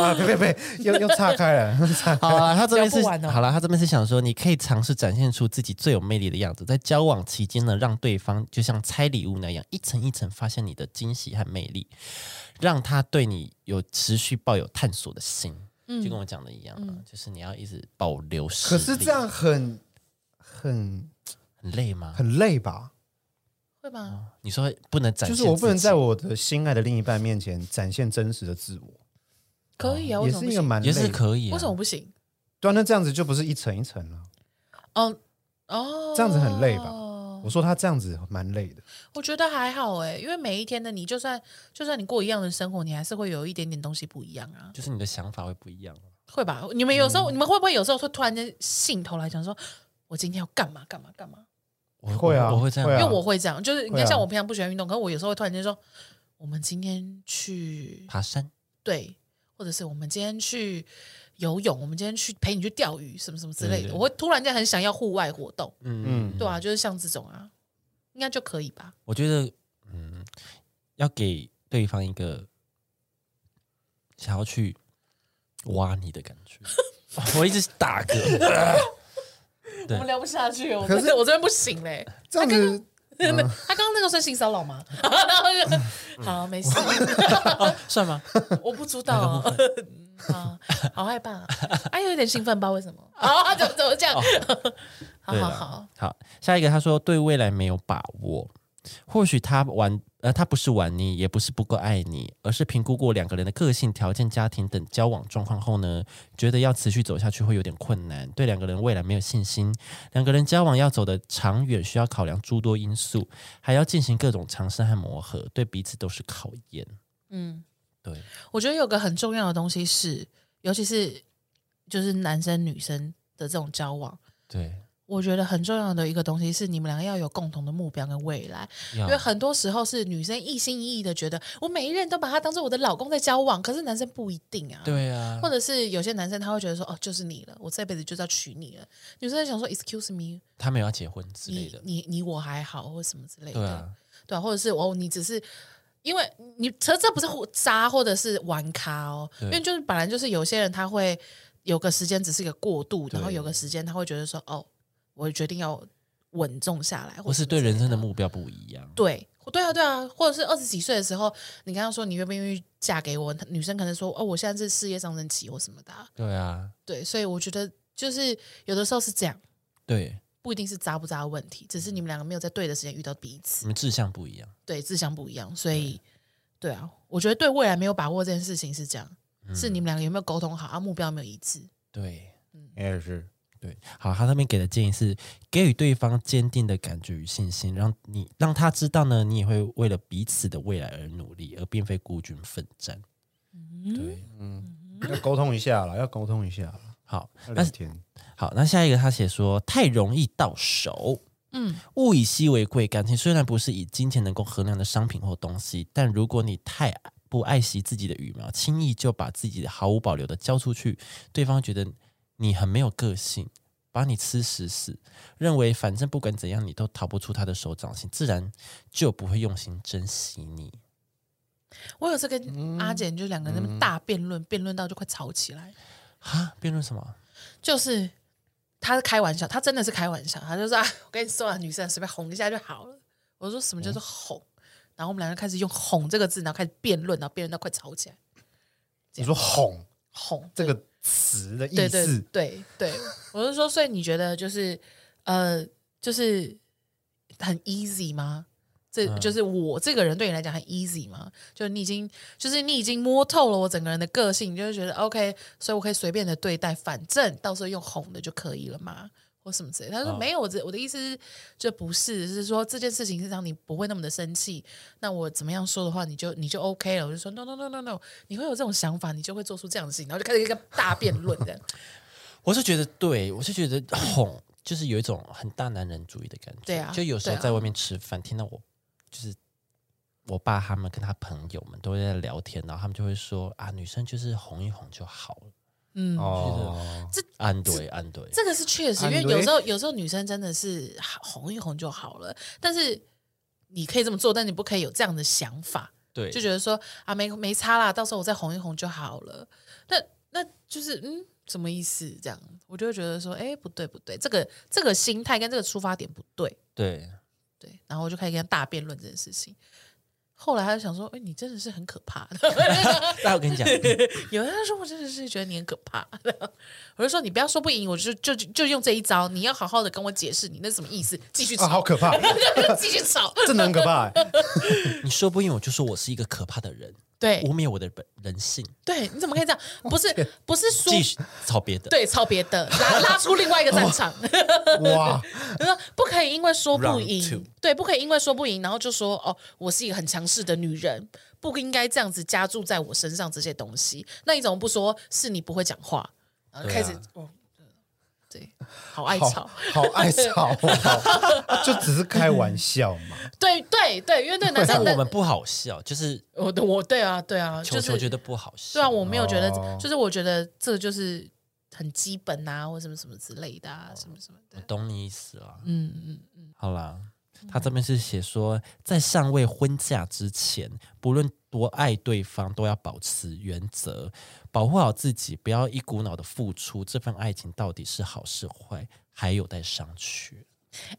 S2: 啊，呸呸呸，又又岔开 了，又岔开
S1: 好了，他这边是
S3: 聊不完哦
S1: 好了，他这边是想说，你可以尝试展现出自己最有魅力的样子，在交往期间呢，让对方就像拆礼物那样，一层一层发现你的惊喜和魅力，让他对你有持续抱有探索的心。
S3: 嗯
S1: 就跟我讲的一样、啊，就是你要一直保留实
S2: 可是
S1: 力
S2: 这样很很
S1: 很累吗？
S2: 很累吧？
S3: 会吗？
S1: 你说不能展
S2: 就
S1: 现自
S2: 是
S1: 己，
S2: 我不能在我的心爱的另一半面前展现真实的自我，
S3: 可以啊，
S2: 哦
S3: 为
S2: 也
S3: 什么
S2: 是
S3: 不
S2: 一个
S3: 行？
S2: 蛮累
S1: 也
S2: 的
S1: 是可以、啊，
S3: 为什么不行？
S2: 对啊，那这样子就不是一层一层了。
S3: 哦哦，
S2: 这样子很累吧我说他这样子蛮累的，
S3: 我觉得还好哎，因为每一天的你，就算就算你过一样的生活，你还是会有一点点东西不一样啊，
S1: 就是你的想法会不一样啊、
S3: 会吧？你们有
S2: 嗯
S3: 时候，你们会不会有时候会突然间兴头来讲说，我今天要干嘛干嘛干嘛？
S1: 我
S2: 会啊
S1: 我会这样，
S2: 会啊
S3: 因为我会这样，就是你
S2: 会
S3: 看，
S2: 啊
S3: 像我平常不喜欢运动，可是我有时候会突然间说，我们今天去
S1: 爬山，
S3: 对，或者是我们今天去游泳，我们今天去陪你去钓鱼，什么什么之
S1: 对
S3: 类的，
S1: 对
S3: 我会突然间很想要户外活动，
S1: 嗯嗯，
S3: 对啊，就是像这种啊，应该就可以吧？
S1: 我觉得，嗯，要给对方一个想要去挖你的感 觉。我一直打嗝，对
S3: 我们聊不下去，我
S2: 可
S3: 可
S2: 是
S3: 是我这边不行嘞。
S2: 这样子
S1: 嗯
S3: 他刚刚那个算性骚扰吗？ 然后就好，没事，
S1: 算吗？
S3: 我不知道啊。啊，好害怕啊！哎，有点兴奋吧？为什么？ 啊，怎么怎么这样？好
S1: 哦对
S3: 好
S1: 啦
S3: 好，
S1: 好，下一个他说对未来没有把握，或许他玩呃他不是玩你，也不是不够爱你，而是评估过两个人的个性、条件、家庭等交往状况后呢，觉得要持续走下去会有点困难，对两个人未来没有信心，两个人交往要走的长远，需要考量诸多因素，还要进行各种尝试和磨合，对彼此都是考验。
S3: 嗯，
S1: 对，
S3: 我觉得有个很重要的东西是，尤其是就是男生女生的这种交往，
S1: 对，
S3: 我觉得很重要的一个东西是，你们两个要有共同的目标跟未来。因为
S1: 要
S3: 很多时候是女生一心一意的觉得，我每一任都把他当做我的老公在交往，可是男生不一定啊。
S1: 对啊
S3: 或，者是有些男生他会觉得说，哦，就是你了，我这辈子就是要娶你了。女生在想说，excuse me，
S1: 他们有要结婚之类
S3: 你
S1: 的，
S3: 你你我还好，或什么之类的，
S1: 对啊，
S3: 对啊或者是哦，你只是因为你这这不是渣或者是玩咖哦，
S1: 对
S3: 因为就是本来就是有些人他会有个时间只是一个过渡，
S1: 对
S3: 然后有个时间他会觉得说，哦，我决定要稳重下来，
S1: 或
S3: 或
S1: 是
S3: 什么
S1: 对
S3: 之类
S1: 人生的目标不一样。
S3: 对，对啊，对啊，或者是二十几岁的时候，你跟他说你愿不愿意嫁给我，女生可能说哦，我现在是事业上升期或什么的啊、
S1: 对啊，
S3: 对，所以我觉得就是有的时候是这样，
S1: 对，
S3: 不一定是渣不渣的问题，只是你们两个没有在对的时间遇到彼
S1: 你
S3: 此，
S1: 们志向不一样。
S3: 对志向不一样，所以对啊，我觉得对未来没有把握这件事情是这样，是你们两个有没有沟通好啊，目标有没有一致，
S1: 对
S2: 也是
S1: 对，好，他那边给的建议是给予对方坚定的感觉与信心，让你让他知道呢，你也会为了彼此的未来而努力，而并非孤军奋战。对，
S2: 嗯
S3: 嗯
S2: 要沟通一下了，要沟通一下啦
S1: 好，
S2: 要
S1: 那
S2: 聊天。
S1: 好，那下一个他写说太容易到手。
S3: 嗯，
S1: 物以稀为贵，感情虽然不是以金钱能够衡量的商品或东西，但如果你太不爱惜自己的羽毛，轻易就把自己毫无保留的交出去，对方觉得你很没有个性，把你吃死死，认为反正不管怎样你都逃不出他的手掌心，自然就不会用心珍惜你。
S3: 我有次跟阿简就两个人在那边大辩论，辩论到就快吵起来，
S1: 哈，辩论什么？
S3: 就是他是开玩笑，他真的是开玩笑，他就说、啊：“ 我跟你说啊，女生随便哄一下就好了。”我说：“什么叫做哄？”然后我们两个开始用“哄”这个字，然后开始辩论，然后辩论到快吵起来。
S2: 你说“哄
S3: 哄”，
S2: 这个词的意
S3: 对对
S2: 思，
S3: 对对，我是说，所以你觉得就是呃，就是很 easy 吗？这
S1: 嗯
S3: 就是我这个人对你来讲很 easy 吗？就你已经就是你已经摸透了我整个人的个性，你就会觉得 OK，所以我可以随便的对待，反正到时候用哄的就可以了嘛，或什么之类的。他说、
S2: 啊
S1: 哦
S3: 没有，我的我的意思是，就不是，是说这件事情是让你不会那么的生气。那我怎么样说的话，你就你就 OK 了。我就说 no no no no no，你会有这种想法，你就会做出这样的事情，然后就开始一个大辩论的。
S1: 我是觉得对，我是觉得哄 就是有一种很大男人主义的感觉。
S3: 对啊
S1: 就有时候
S3: 对啊
S1: 在外面吃饭，听到我就是我爸他们跟他朋友们都会在聊天，然后他们就会说啊，女生就是哄一哄就好了。
S3: 嗯，
S2: 哦，
S1: 安对安对，
S3: 这个是确实，
S2: 啊
S3: 因为
S2: 你
S3: 有时候有时候女生真的是哄一哄就好了，但是你可以这么做，但你不可以有这样的想法。
S1: 对，
S3: 就觉得说啊没没差啦，到时候我再哄一哄就好了。那那就是嗯，什么意思？这样我就会觉得说，哎，不对不对，这个这个心态跟这个出发点不对，
S1: 对，
S3: 对。然后我就开始跟他大辩论这件事情。后来他就想说，哎，你真的是很可怕的。
S1: 那我跟你讲，
S3: 有人说我真的是觉得你很可怕，我就说你不要说不赢，我就就就用这一招，你要好好的跟我解释你那什么意思，继续
S2: 啊，
S1: 哦
S2: 好
S3: 吵，
S2: 可怕，
S3: 继 续吵。
S2: 真的很可怕、欸。
S1: 你说不定我就说我是一个可怕的人，
S3: 对
S1: 污蔑我的本人性，
S3: 对，你怎么可以这样？不是不是说
S1: 继续吵别的，
S3: 对，抄别的，拉拉出另外一个战场。
S2: 哇，
S3: 就说不可以因为说不
S1: Round two
S3: 赢，对，不可以因为说不赢，然后就说哦，我是一个很强势的女人，不应该这样子加注在我身上这些东西。那你怎么不说是你不会讲话？然后
S1: 对啊
S3: 开始、哦，对，好爱
S2: 好
S3: 吵，
S2: 好爱吵、哦，就只是开玩笑嘛。
S3: 对对对，因为对男
S1: 但
S3: 生
S1: 我
S3: 的
S1: 们不好笑，就是
S3: 我的我对啊对啊，
S1: 球
S3: 就
S1: 球觉
S3: 是
S1: 得不好笑，
S3: 对啊，我没有觉得，
S2: 哦
S3: 就是我觉得这就是很基本啊，或什么什么之类的啊，什么什么的
S1: 我，懂你意思了。
S3: 嗯嗯嗯，
S1: 好啦，他这边是写说，在尚未婚嫁之前，不论多爱对方，都要保持原则，保护好自己，不要一股脑的付出。这份爱情到底是好是坏，还有待商榷。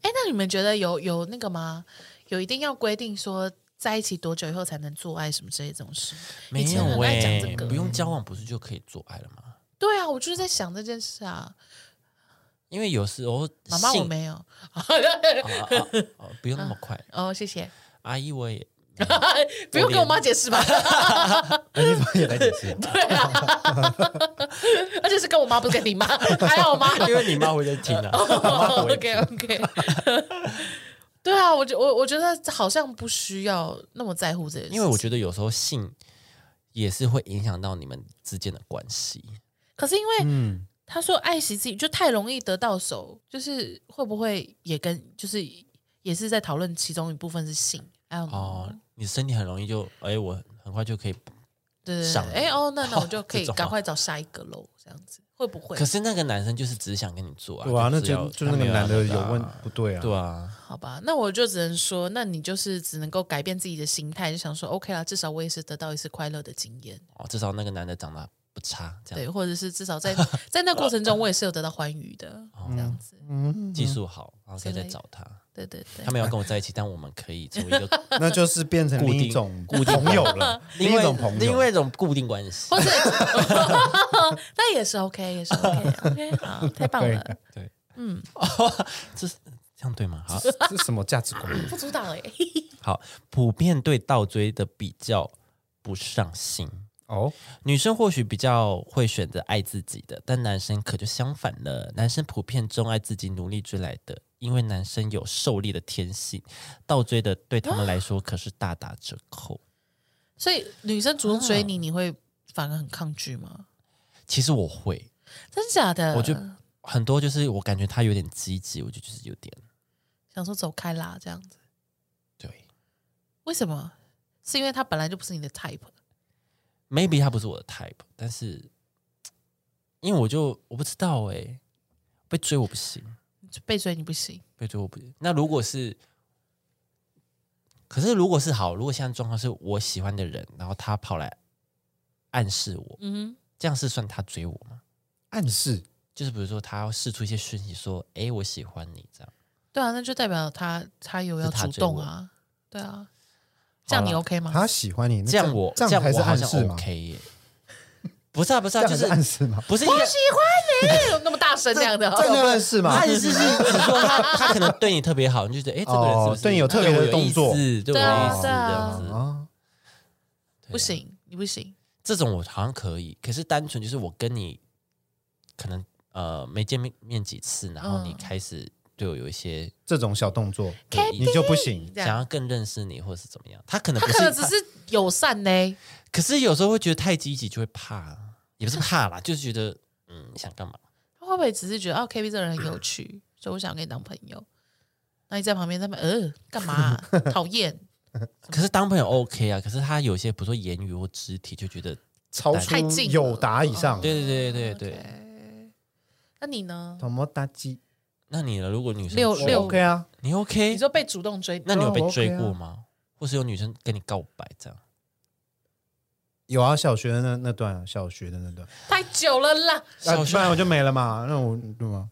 S3: 哎，那你们觉得有有那个吗？有一定要规定说在一起多久以后才能做爱什么之类这种事？
S1: 没
S3: 以前
S1: 有
S3: 很爱讲
S1: 哎、
S3: 这个
S1: 不用交往不是就可以做爱了吗？
S3: 对啊，我就是在想这件事啊。
S1: 因为有时候
S3: 妈妈，我
S1: 性
S3: 没有。
S1: 啊啊啊啊不用那么快。
S3: 哦，谢谢。
S1: 阿姨，我也
S3: 不用跟我妈解释吧？
S2: 哎你怎么也来解释？
S3: 对啊，而且是跟我妈，不是跟你 妈。还好我妈。
S1: 因为你妈会在听啊。
S3: OK OK 。 对啊，我觉我我觉得好像不需要那么在乎这件事情，
S1: 因为我觉得有时候性也是会影响到你们之间的关系。
S3: 可是因为
S2: 嗯，
S3: 他说爱惜自己就太容易得到手，就是会不会也跟就是也是在讨论其中一部分是性哦
S1: 哦，，你身体很容易就，哎、我很快就可以。
S3: 对对
S1: 上瘾
S3: 对，哎哦，那那我 就可以
S1: 这种啊
S3: 赶快找下一个喽，这样子会不会？
S1: 可是那个男生就是只想跟你做啊，
S2: 对啊，那
S1: 只要
S2: 就就那个男的有问，不对啊，
S1: 对啊，
S3: 好吧，那我就只能说，那你就是只能够改变自己的心态，就想说 OK 啦，至少我也是得到一次快乐的经验，
S1: 哦，至少那个男的长得不差，这样
S3: 对，或者是至少在在那过程中，我也是有得到欢愉的，
S1: 哦
S3: 这样子，
S2: 嗯，
S1: 技术好，然后可以
S3: 之
S1: 再
S3: 类
S1: 找他。
S3: 对对对
S1: 他。没有跟我在一起，但我们可以成为一个
S2: 那就是变成
S1: 固
S2: 另
S1: 定
S2: 一种朋友了，另一种朋友，
S1: 另外一种固定关系
S3: 或。者，那也是 OK，也 是 OK，OK，、好，太棒了，
S1: 对，嗯，这是这样对吗？ 好，
S2: 这是什么价值观？
S3: 不主导哎、
S1: 好，普遍对倒追的比较不上心。
S2: 哦，
S1: 女生或许比较会选择爱自己的，但男生可就相反了。男生普遍钟爱自己努力追来的，因为男生有狩猎的天性，倒追的对他们来说可是大打折扣。
S3: 所以女生主动追
S1: 啊
S3: 你，你会反而很抗拒吗？
S1: 其实我会，
S3: 真假的？
S1: 我就很多就是我感觉他有点积极，我就就是有点
S3: 想说走开啦，这样子。
S1: 对
S3: 为什么？是因为他本来就不是你的 type。
S1: ，maybe 他不是我的 type，但是嘖因为我就我不知道哎、被追我不行，
S3: 被追你不行，
S1: 被追我不行。那如果是，可是如果是好，如果现在状况是我喜欢的人，然后他跑来暗示我，
S3: 嗯
S1: 这样是算他追我吗？
S2: 暗示
S1: 就是比如说他要试出一些讯息说，哎，我喜欢你这样。
S3: 哼，对啊，那就代表他他有
S1: 是
S3: 要
S1: 他
S3: 主
S1: 追
S3: 动
S1: 我
S3: 啊，对啊，这样你 OK 吗？
S2: 他喜欢你，那
S1: 这样我
S2: 这样
S1: 样
S2: 才是
S1: 我好
S2: 暗
S1: 像
S2: 示嘛？
S1: OK 耶。不是啊，不是
S2: 这
S1: 啊，
S2: 样
S1: 就
S2: 才
S1: 是
S2: 是暗示吗？
S1: 不是一个
S3: 哎 呦那么大声这样的
S2: 这
S3: 哦，
S2: 样暗 示吗
S1: 暗？示是指说他他可能对你特别好，你就觉得哎，这个人是不
S2: 哦
S1: 是
S2: 对你有特别的
S1: 我
S2: 动作
S1: 意思对我
S3: 对
S1: 有
S3: 啊
S1: 意思这
S3: 对啊
S1: 样子。
S2: 啊，
S3: 不行，你不行，
S1: 这种我好像可以，可是单纯就是我跟你可能呃没见面面几次，然后你
S3: 嗯
S1: 开始对我有一些
S2: 这种小动作
S1: 有意
S2: 你就不行，
S3: 这
S1: 想要
S3: 样
S1: 更认识你或是怎么样，他可能
S3: 他
S1: 不
S3: 可
S1: 是，
S3: 能只是友善呢，
S1: 可是有时候会觉得太积极就会怕，啊也不是怕啦，就是觉得嗯想干嘛？
S3: 他会不会只是觉得哦 K B 这个人很有趣，所以我想跟你当朋友？那你在旁边在那边呃干嘛 啊、讨厌，
S1: 可是当朋友 OK 啊，可是他有些比如说言语或肢体就觉得，
S2: 超
S3: 太
S2: 出
S3: 近了
S2: 有达以上，
S1: 对对对对对。
S3: 哦 OK 那你呢？
S2: 么打击
S1: 那你呢？如果女生
S3: 六
S1: 追
S3: 六
S2: 我 OK 啊，
S1: 你
S3: 你
S1: OK，
S3: 说被主动追，
S1: 那你有被
S2: 我 OK
S1: 追
S2: 啊
S1: 过吗？或是有女生跟你告白这样？
S2: 有啊，小学的那那段啊，小学的那段，
S3: 太久了啦，
S1: 小
S2: 啊，
S1: 学
S2: 不然我就没了嘛。那我对吗？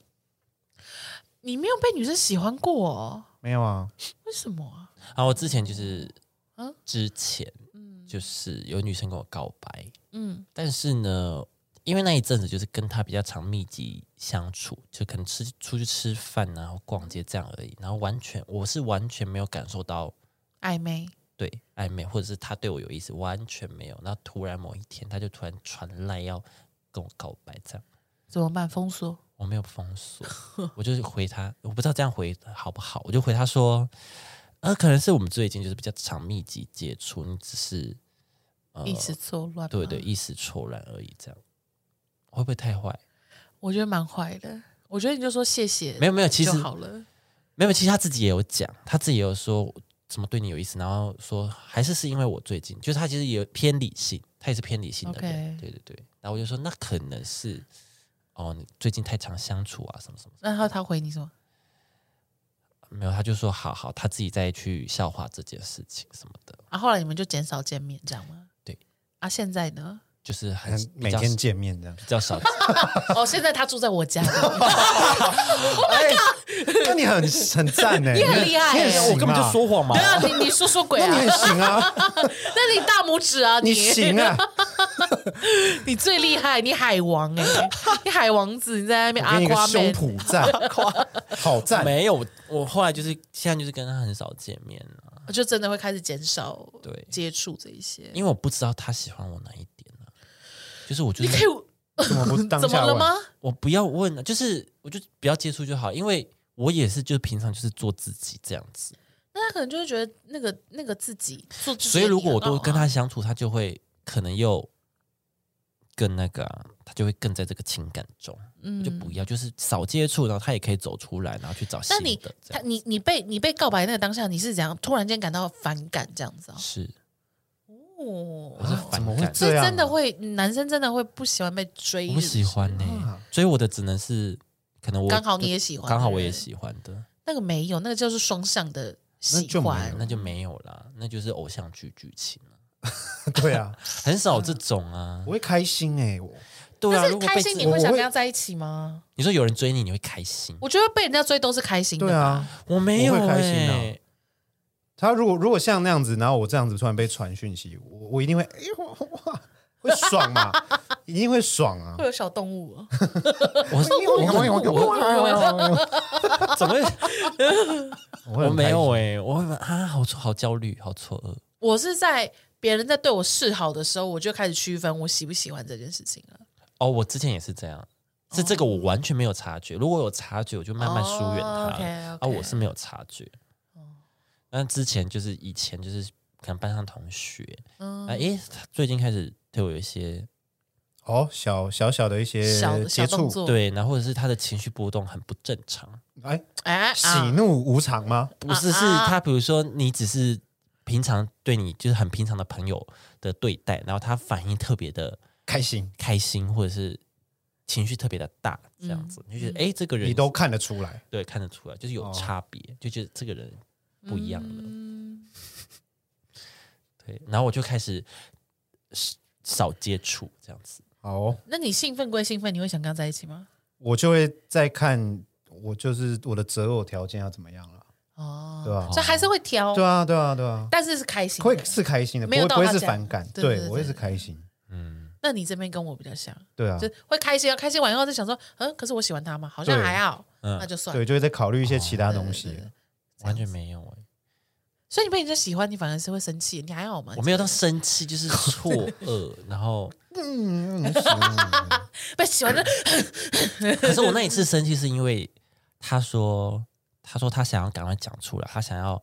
S3: 你没有被女生喜欢过、哦，
S2: 没有啊，
S3: 为什么啊？
S1: 啊，我之前就是
S3: 啊，
S1: 之前嗯就是有女生跟我告白，
S3: 嗯，
S1: 但是呢，因为那一阵子就是跟她比较常密集相处，就可能吃出去吃饭，然后逛街这样而已，然后完全我是完全没有感受到
S3: 暧昧，
S1: 对暧昧，或者是她对我有意思，完全没有。然后突然某一天，她就突然传来要跟我告白，这样
S3: 怎么办？封锁？
S1: 我没有封锁，我就是回她，我不知道这样回好不好，我就回她说，呃，可能是我们最近就是比较常密集接触，你只是呃
S3: 一时错乱、
S1: 对对，，一时错乱而已，这样会不会太坏？
S3: 我觉得蛮坏的。我觉得你就说谢谢，
S1: 没有没有，其实
S3: 就好了。
S1: 没有，其实他自己也有讲，他自己也有说怎么对你有意思，然后说还是是因为我最近，就是他其实也偏理性，他也是偏理性的人
S3: OK
S1: 对对对。然后我就说那可能是哦，你最近太常相处啊，什么什么什
S3: 然后他回你什么？
S1: 么，没有，他就说好好，他自己再去消化这件事情什么的，
S3: 啊，后来你们就减少见面，这样吗？
S1: 对。
S3: 啊，现在呢？
S1: 就是
S2: 可能
S1: 很
S2: 每
S1: 比较
S2: 天见面这 样
S1: 比。较少。
S3: 哦，现在他住在我家，
S1: 哦
S2: 哎，那你很很赞欸呢，你
S3: 很厉害欸
S2: 你很
S3: 耶
S2: 行啊
S1: 我根本就说谎嘛
S3: 对，啊，你你说说鬼
S2: 那
S3: 啊
S2: 你？很行啊，
S3: 那你大拇指啊，
S2: 你
S3: 你
S2: 行啊！
S3: 你最厉害，你海王哎、 你海王子，你在那边
S2: 我
S3: 阿
S2: 给你一个
S3: 夸
S2: 胸
S3: 妹，
S2: 脯赞，好赞！
S1: 没有，我我后来就是现在就是跟他很少见面了、
S3: 我就真的会开始减少
S1: 对
S3: 接触这一些。
S1: 因为我不知道他喜欢我哪一点啊，就是我就
S3: 你
S1: 是
S3: 可以
S2: 怎么不是当
S3: 怎么
S2: 下
S3: 了
S2: 问？
S3: 吗？
S1: 我不要问了，就是我就不要接触就好，因为我也是就是平常就是做自己这样子，
S3: 那他可能就会觉得那个那个自己做自己，
S1: 所以如果我多跟
S3: 啊
S1: 他，相处，他就会可能又更那个、啊，他就会更在这个情感中，
S3: 嗯
S1: 我就不要就是少接触，然后他也可以走出来，然后去找新
S3: 那
S1: 的
S3: 你
S1: 这
S3: 他
S1: 样
S3: 你你被你被告白那个当下，你是怎样突然间感到反感这样子啊、
S1: 是
S3: 哦？
S1: 我是
S2: 怎么
S1: 反
S2: 会
S1: 感，
S3: 所以
S2: 这样
S3: 真的会，男生真的会不喜欢被追，
S1: 我不喜欢呢、
S2: 啊
S1: 追我的只能是可能我
S3: 刚好你也喜欢
S1: 刚好我
S3: 对
S1: 也
S3: 不对
S1: 喜欢的，
S3: 那个没有，那个就是双向的
S2: 那
S3: 喜
S2: 就没
S3: 欢
S2: 有。
S1: 那就没有啦，那就是偶像剧剧情了，
S2: 对啊，
S1: 很少这种啊
S2: 我。会开心哎，我
S1: 对啊，
S3: 嗯但是
S1: 如果
S3: 开
S1: 被
S3: 心，
S1: 自
S3: 你
S1: 我
S3: 会想
S2: 我
S3: 跟他在一起吗？
S1: 你说有人追你，你会开心？
S3: 我觉得被人家追都是开心的。
S2: 对，啊。
S1: 我没有、
S2: 我
S1: 欸，
S2: 会开心啊他如果如果像那样子，然后我这样子突然被传讯息，我我一定会哎呦哇，会爽 嘛，一定会爽啊
S3: 会！有小动物哦。
S1: 我
S2: 我
S1: 怎么会？
S2: 会
S1: 我
S2: 很
S1: 没
S2: 开心
S1: 有哎、我会啊，好错，好焦虑，好错呃愕。
S3: 我是在别人在对我示好的时候，我就开始区分我喜不喜欢这件事情了。
S1: 哦，我之前也是这样，是这个我完全没有察觉。如果有察觉，我就慢慢疏远
S3: 哦
S1: 他了。
S3: ，OK，OK
S1: 啊，我是没有察觉。那之前就是以前就是可能班上同学，
S3: 嗯
S1: 啊，诶，他最近开始对我有一些
S2: 哦，小小小的一些
S3: 小
S2: 接
S3: 小动
S2: 触，
S3: 作，，
S1: 对，然后或者是他的情绪波动很不正常，
S2: 哎，
S3: 哎，
S2: 喜
S3: 啊
S2: 怒无常吗？
S1: 不是是
S3: 啊
S1: 他，比如说你只是平常对你就是很平常的朋友的对待，然后他反应特别的
S2: 开心，
S1: 开心或者是情绪特别的大，这样
S3: 嗯
S1: 子、你就觉得哎、诶这个人
S2: 你都看得出来。
S1: 对看得出来，就是有
S2: 哦
S1: 差别，就觉得这个人不一样了。
S3: 嗯
S1: 对，然后我就开始少少接触这样子。
S2: 好哦，
S3: 那你兴奋归兴奋，你会想跟他在一起吗？
S2: 我就会再看，我就是我的择偶条件要怎么样了，
S3: 哦，
S2: 对吧？
S3: 所以还是会挑，
S2: 对啊，对啊，对啊，
S3: 但是是开心的。
S2: 会是开心的，不
S3: 没有
S2: 会
S3: 到
S2: 不会
S3: 他
S2: 是
S3: 这样
S2: 反感，
S3: 对对
S2: 对
S3: 对
S2: 我会是
S3: 对
S2: 开心，
S1: 嗯，
S3: 那你这边跟我比较像，
S2: 对啊
S3: 就，会开心，开心完以后就想说，嗯，可是我喜欢他吗？好像
S2: 对
S3: 还好，
S1: 嗯
S3: 那就算了
S2: 对，。就会再考虑一些其他
S3: 对
S2: 东
S3: 对
S2: 西
S3: 对。对
S1: 完全没有哎、
S3: 所以你被人家喜欢，你反而是会生气，你还好吗？
S1: 我没有到生气，就是错 愕，然后
S2: 嗯，嗯行
S3: 被喜欢的，
S1: 可是我那一次生气是因为他说，他说他想要赶快讲出来，他想要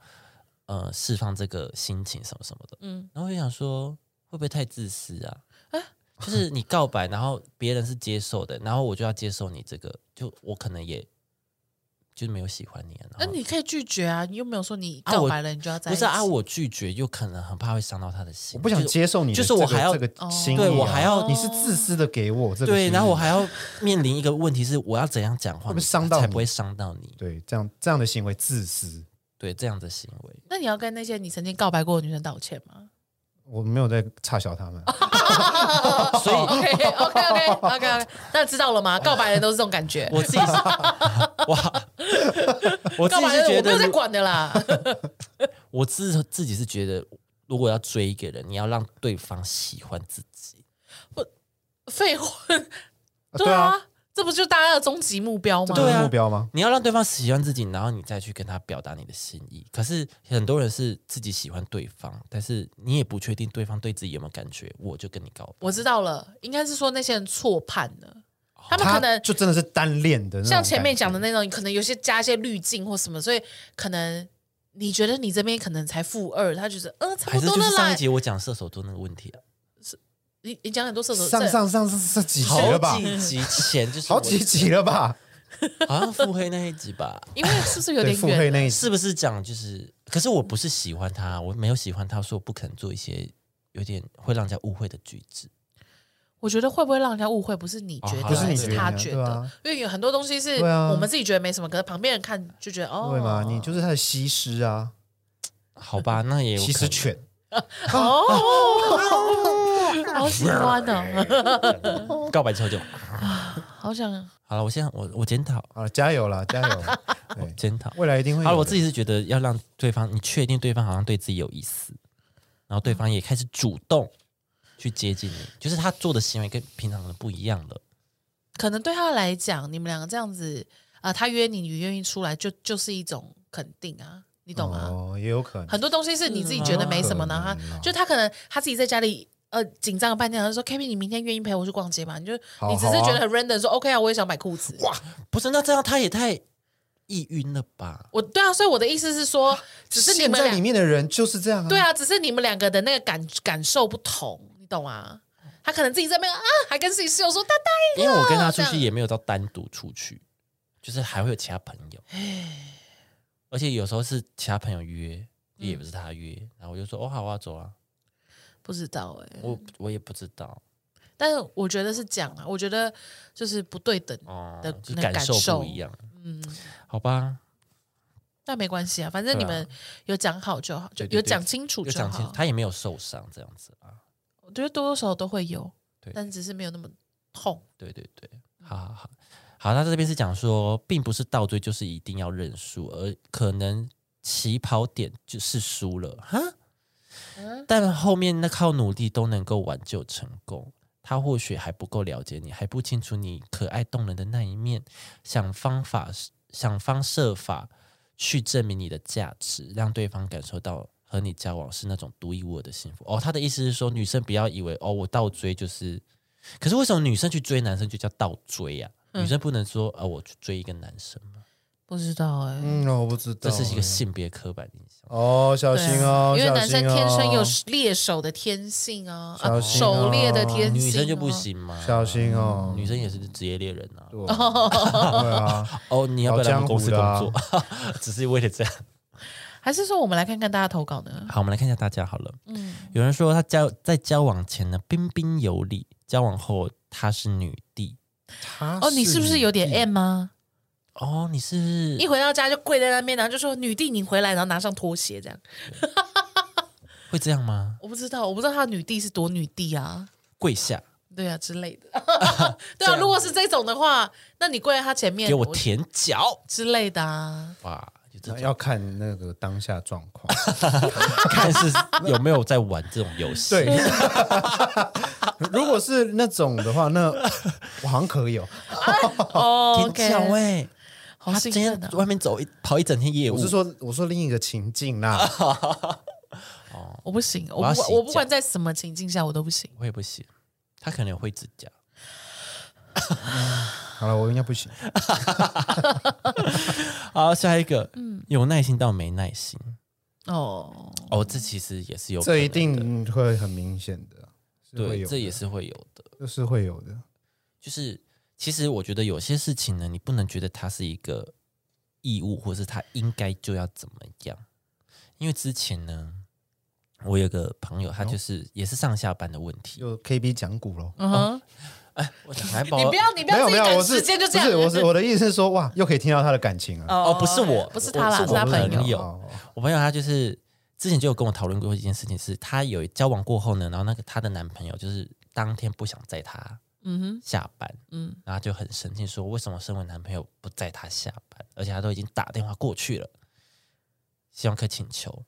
S1: 呃释放这个心情什么什么的。
S3: 嗯，
S1: 然后我就想说，会不会太自私啊？ 就是你告白，然后别人是接受的，然后我就要接受你这个，就我可能也就是没有喜欢你啊。
S3: 那
S1: 然后
S3: 你可以拒绝啊，你又没有说你
S1: 啊
S3: 告
S1: 我
S3: 白了你就要在一
S1: 不
S3: 起。
S1: 是啊？我拒绝，又可能很怕会伤到他的心。
S2: 我不想
S1: 就是
S2: 接受你的
S1: 就是
S2: 这
S1: 我
S2: 个
S1: 还要
S2: 这
S3: 哦
S2: 个心意啊，
S1: 对我还要
S2: 你是自私的给我这个心
S1: 对，
S2: 意，
S1: 然后我还要面临一个问题是，我要怎样讲话
S2: 会不会伤到
S1: 才
S2: 你
S1: 不会伤到你？
S2: 对这样这样的行为自私，
S1: 对，这样的行为。
S3: 那你要跟那些你曾经告白过的女生道歉吗？
S2: 我没有在差小他们，
S1: 所以
S3: OK OK OK OK OK，那知道了吗？告白人都是这种感觉，
S1: 我自己是 哇，我自
S3: 告
S1: 己
S3: 白
S1: 是
S3: 人
S1: 觉
S3: 我没有
S1: 得
S3: 在
S1: 如，
S3: 管的啦。
S1: 我自自己是觉得，如果要追一个人，你要让对方喜欢自己。
S3: 废话，
S2: 啊对啊，，
S3: 这不就大家的终极目标吗？
S2: 这不
S1: 对
S2: 是
S1: 啊
S2: 目标吗？
S1: 你要让对方喜欢自己，然后你再去跟他表达你的心意。可是很多人是自己喜欢对方，但是你也不确定对方对自己有没有感觉，我就跟你告白。
S3: 我知道了，应该是说那些人错判了，他
S2: 哦
S3: 们
S2: 他
S3: 可能
S2: 就真的是单恋的那种感觉，
S3: 像前面讲的那种，可能有些加一些滤镜或什么，所以可能你觉得你这边可能才负二，他觉得嗯、呃、差
S1: 还
S3: 不
S1: 是
S3: 多
S1: 就
S3: 了
S1: 是上
S3: 啦
S1: 一。集我讲射手座那个问题啊，
S3: 你你讲很多射手，
S2: 上上上上上几集了
S1: 好
S2: 吧？
S1: 几集前就是
S2: 好
S1: 我
S2: 几，集了 吧？
S1: 好像腹黑那一集吧。
S3: 这因为是不是有
S2: 对，
S3: 点
S2: 腹黑
S3: 远？
S2: 那一集，
S1: 是不是讲就是？可是我不是喜欢他，我没有喜欢他，说我不肯做一些有点会让人家误会的举止。
S3: 我觉得会不会让人家误会？不是你觉得，
S1: 哦不是你
S3: 而是
S1: 觉
S3: 他
S2: 得
S3: 觉
S2: 对
S3: 得
S2: 啊，
S3: 因为有很多东西是
S2: 对啊
S3: 我们自己觉得没什么，可是旁边人看就觉得哦，
S2: 对嘛？你就是他的西施啊，
S1: 好吧，那也有
S2: 西施犬。
S3: 哦，好喜欢哦，
S1: 可能告白之后就
S3: 好想
S1: 好了。我现在我我检讨
S2: 啊，加油啦，加 油！对，
S1: 检讨。
S2: 未来一定会有
S1: 好
S2: 的。
S1: 了，我自己是觉得要让对方，你确定对方好像对自己有意思，然后对方也开始主动去接近你，就是他做的行为跟平常的不一样了。
S3: 可能对他来讲，你们两个这样子啊、呃他约你，你愿意出来，就就是一种肯定啊，你懂吗？
S2: 哦，也有可能。
S3: 很多东西是你自己觉得没什么呢，
S2: 嗯
S3: 他
S2: 可能啊
S3: 就他可能他自己在家里。呃，紧张了半天，他就说：“Kimi，你明天愿意陪我去逛街吗？”你就
S2: 好
S3: 你只是
S2: 好啊
S3: 觉得很 random，说：“OK 啊，我也想买裤子。”哇，
S1: 不是，那这样他也太意晕了吧？
S3: 我对啊，所以我的意思是说，只是你
S2: 现
S3: 们
S2: 在
S3: 俩
S2: 里面的人就是这样啊。
S3: 对，啊，只是你们两个的那个感感受不同，你懂啊？他可能自己在那边啊，还跟自己室友说他 答
S1: 因为我跟他出
S3: 啊这
S1: 去
S3: 样
S1: 也没有到单独出去，就是还会有其他朋友，而且有时候是其他朋友约，
S3: 嗯
S1: 也不是他约，然后我就说哦好啊走啊，
S3: 应不知道哎、
S1: 我我也不知道
S3: 但是我觉得是讲啊，我觉得就是不对等，
S1: 哦
S3: 的，
S1: 就
S3: 那
S1: 感
S3: 感
S1: 受
S3: 受
S1: 不一样，
S3: 嗯，
S1: 好吧？
S3: 但没关系啊，反正
S1: 对
S3: 你
S1: 啊
S3: 们有讲好就好，就
S1: 对对
S3: 有讲清楚
S1: 就
S3: 就
S1: 讲清
S3: 好
S1: 楚，。他也没有受伤这样子啊，
S3: 我觉得多多少少都会有
S1: 对，
S3: 但只是没有那么痛。
S1: 对对对，好好好。好，那这边是讲说，并不是倒追就是一定要认输，而可能起跑点就是输了哈，
S3: 嗯
S1: 但后面那靠努力都能够挽救成功。他或许还不够了解你，还不清楚你可爱动人的那一面，想方法想方设法去证明你的价值，让对方感受到和你交往是那种独一无二的幸福。哦，他的意思是说，女生不要以为哦，我倒追就是，可是为什么女生去追男生就叫倒追呀、啊？
S3: 嗯
S1: 女生不能说呃，我去追一个男生吗？
S3: 不知道哎、
S2: 嗯，我不知
S1: 这
S2: 道。
S1: 是一个性别刻板印象。
S2: 哦，小
S3: 对啊
S2: 心哦，
S3: 因为
S2: 小
S3: 男生
S2: 心哦
S3: 天生有猎手的天性啊，啊
S2: 小心哦
S3: 狩猎的天性、啊
S1: 女生就不。行吗？
S2: 小心哦，
S1: 嗯女生也是职业猎人啊。
S2: 对
S3: 哦
S2: 啊，
S1: 哦，你要不要来我们公司工
S2: 老江湖
S1: 作？ 只是为了这样。
S3: 还是说我们来看看大家投稿呢？
S1: 好，我们来看一下大家好了。
S3: 嗯，
S1: 有人说他交在交往前呢彬彬有礼，交往后她是女帝。
S2: 他
S3: 哦，你是不是有点 M 吗？
S1: 哦，你是
S3: 一回到家就跪在那边，然后就说：“女帝，你回来。”然后拿上拖鞋这样。
S1: 会这样吗？
S3: 我不知道，我不知道他女帝是多女帝啊，
S1: 跪下，
S3: 对啊之 类的。对啊，如果是这种的话，那你跪在他前面
S1: 给我舔脚！
S3: 之类的啊。
S1: 哇，就这种
S2: 要看那个当下状况？
S1: 看是有没有在玩这种游戏。
S2: 对， 如果是那种的话，那我好像可以哦。
S3: 哦
S1: 舔脚
S3: ，OK，
S1: 哎，
S3: 好
S1: 他
S3: 兴
S1: 今
S3: 奋
S1: 天
S3: 啊！
S1: 外面走一跑一整天夜
S2: 我
S1: 舞
S2: 是，说，我说另一个情境啦，
S1: 啊
S3: 我不行，我
S1: 我要洗
S3: 不管
S1: 脚
S3: 我不管在什么情境下我都不行。
S1: 我也不行。他可能有会指甲。
S2: 好了，我应该不行。
S1: 好，下一个，
S3: 嗯
S1: 有耐心到没耐心。
S3: 哦，
S1: 哦，这其实也是有可能
S2: 这
S1: 的，
S2: 一定会很明显的，是会
S1: 对，
S2: 有
S1: 这也
S2: 的
S1: 是会有的。
S2: 这是会有的。
S1: 就是其实我觉得有些事情呢，你不能觉得它是一个义务，或是它应该就要怎么样。因为之前呢，我有个朋友，
S2: 哦
S1: 他就是也是上下班的问题。
S2: 就 KB 讲古喽。
S3: 嗯哼，
S1: 我想来保
S3: 你不要你不
S2: 没
S3: 要
S2: 有
S3: 自
S2: 没
S3: 己
S2: 有，
S3: 赶
S2: 我
S3: 时
S2: 是
S3: 间就这
S2: 不
S3: 样。
S2: 是 我是我的意思是说，哇，又可以听到他的感情了。啊
S1: 哦，不是我，
S3: 不是他啦，
S1: 我
S3: 是他
S1: 我
S3: 朋
S1: 朋
S3: 友。
S1: 友，
S2: 哦
S1: 我朋友他就是之前就有跟我讨论过一件事情是，她有交往过后呢，然后那个她的男朋友就是当天不想载她
S3: 嗯哼，
S1: 下班，
S3: 嗯，
S1: 然后就很生气说，为什么身为男朋友不载她下班，而且她都已经打电话过去了，希望可请求。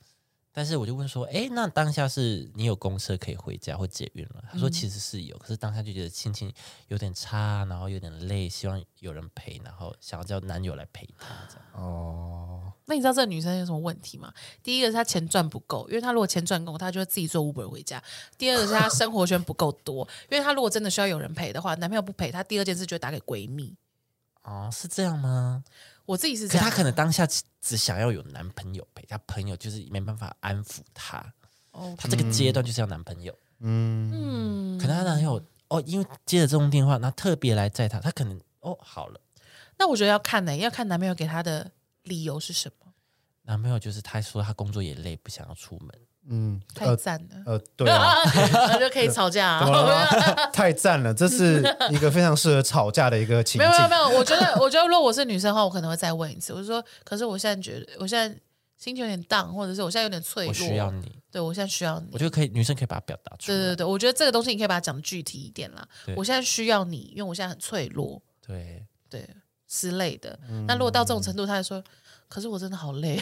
S1: 但是我就问说，诶，那当下是你有公车可以回家或捷运了？他说其实是有，可是当下就觉得心情有点差，然后有点累，希望有人陪，然后想要叫男友来陪她这样。
S2: 哦，
S3: 那你知道这个女生有什么问题吗？第一个是她钱赚不够，因为她如果钱赚够，她就会自己做 Uber 回家；第二个是她生活圈不够多，因为她如果真的需要有人陪的话，男朋友不陪，她第二件事就会打给闺蜜。
S1: 哦，是这样吗？
S3: 我自己是这
S1: 可
S3: 样，
S1: 她可能当下只只想要有男朋友陪，她朋友就是没办法安抚她，
S3: 哦，
S1: 她这个阶段就是要男朋友。
S2: 嗯，
S3: 嗯
S1: 可能她男朋友哦，因为接了这通电话，那特别来载她，她可能哦好了，
S3: 那我觉得要看呢、要看男朋友给她的理由是什么，
S1: 男朋友就是她说她工作也累，不想要出门。
S2: 嗯，
S3: 太
S2: 呃
S3: 赞了，
S2: 呃， 对啊，
S3: 那就可以吵架、啊
S2: 怎么了吗？太赞了，这是一个非常适合吵架的一个情
S3: 没有没有
S2: 境
S3: 没。有，我觉得我 觉得如果我是女生的话，我可能会再问一次。我就说，可是我现在觉得我现在心情有点 down，或者是我现在有点脆弱，
S1: 我需要你，
S3: 对我现在需要你
S1: 我。觉得可以，女生可以把它表达出
S3: 对
S1: 来。
S3: 对对，我觉得这个东西你可以把它讲得具体一点啦
S1: 对。
S3: 我现在需要你，因为我现在很脆弱，
S1: 对
S3: 对之类的。
S1: 嗯
S3: 那如果到这种程度，他就说，可是我真的好累，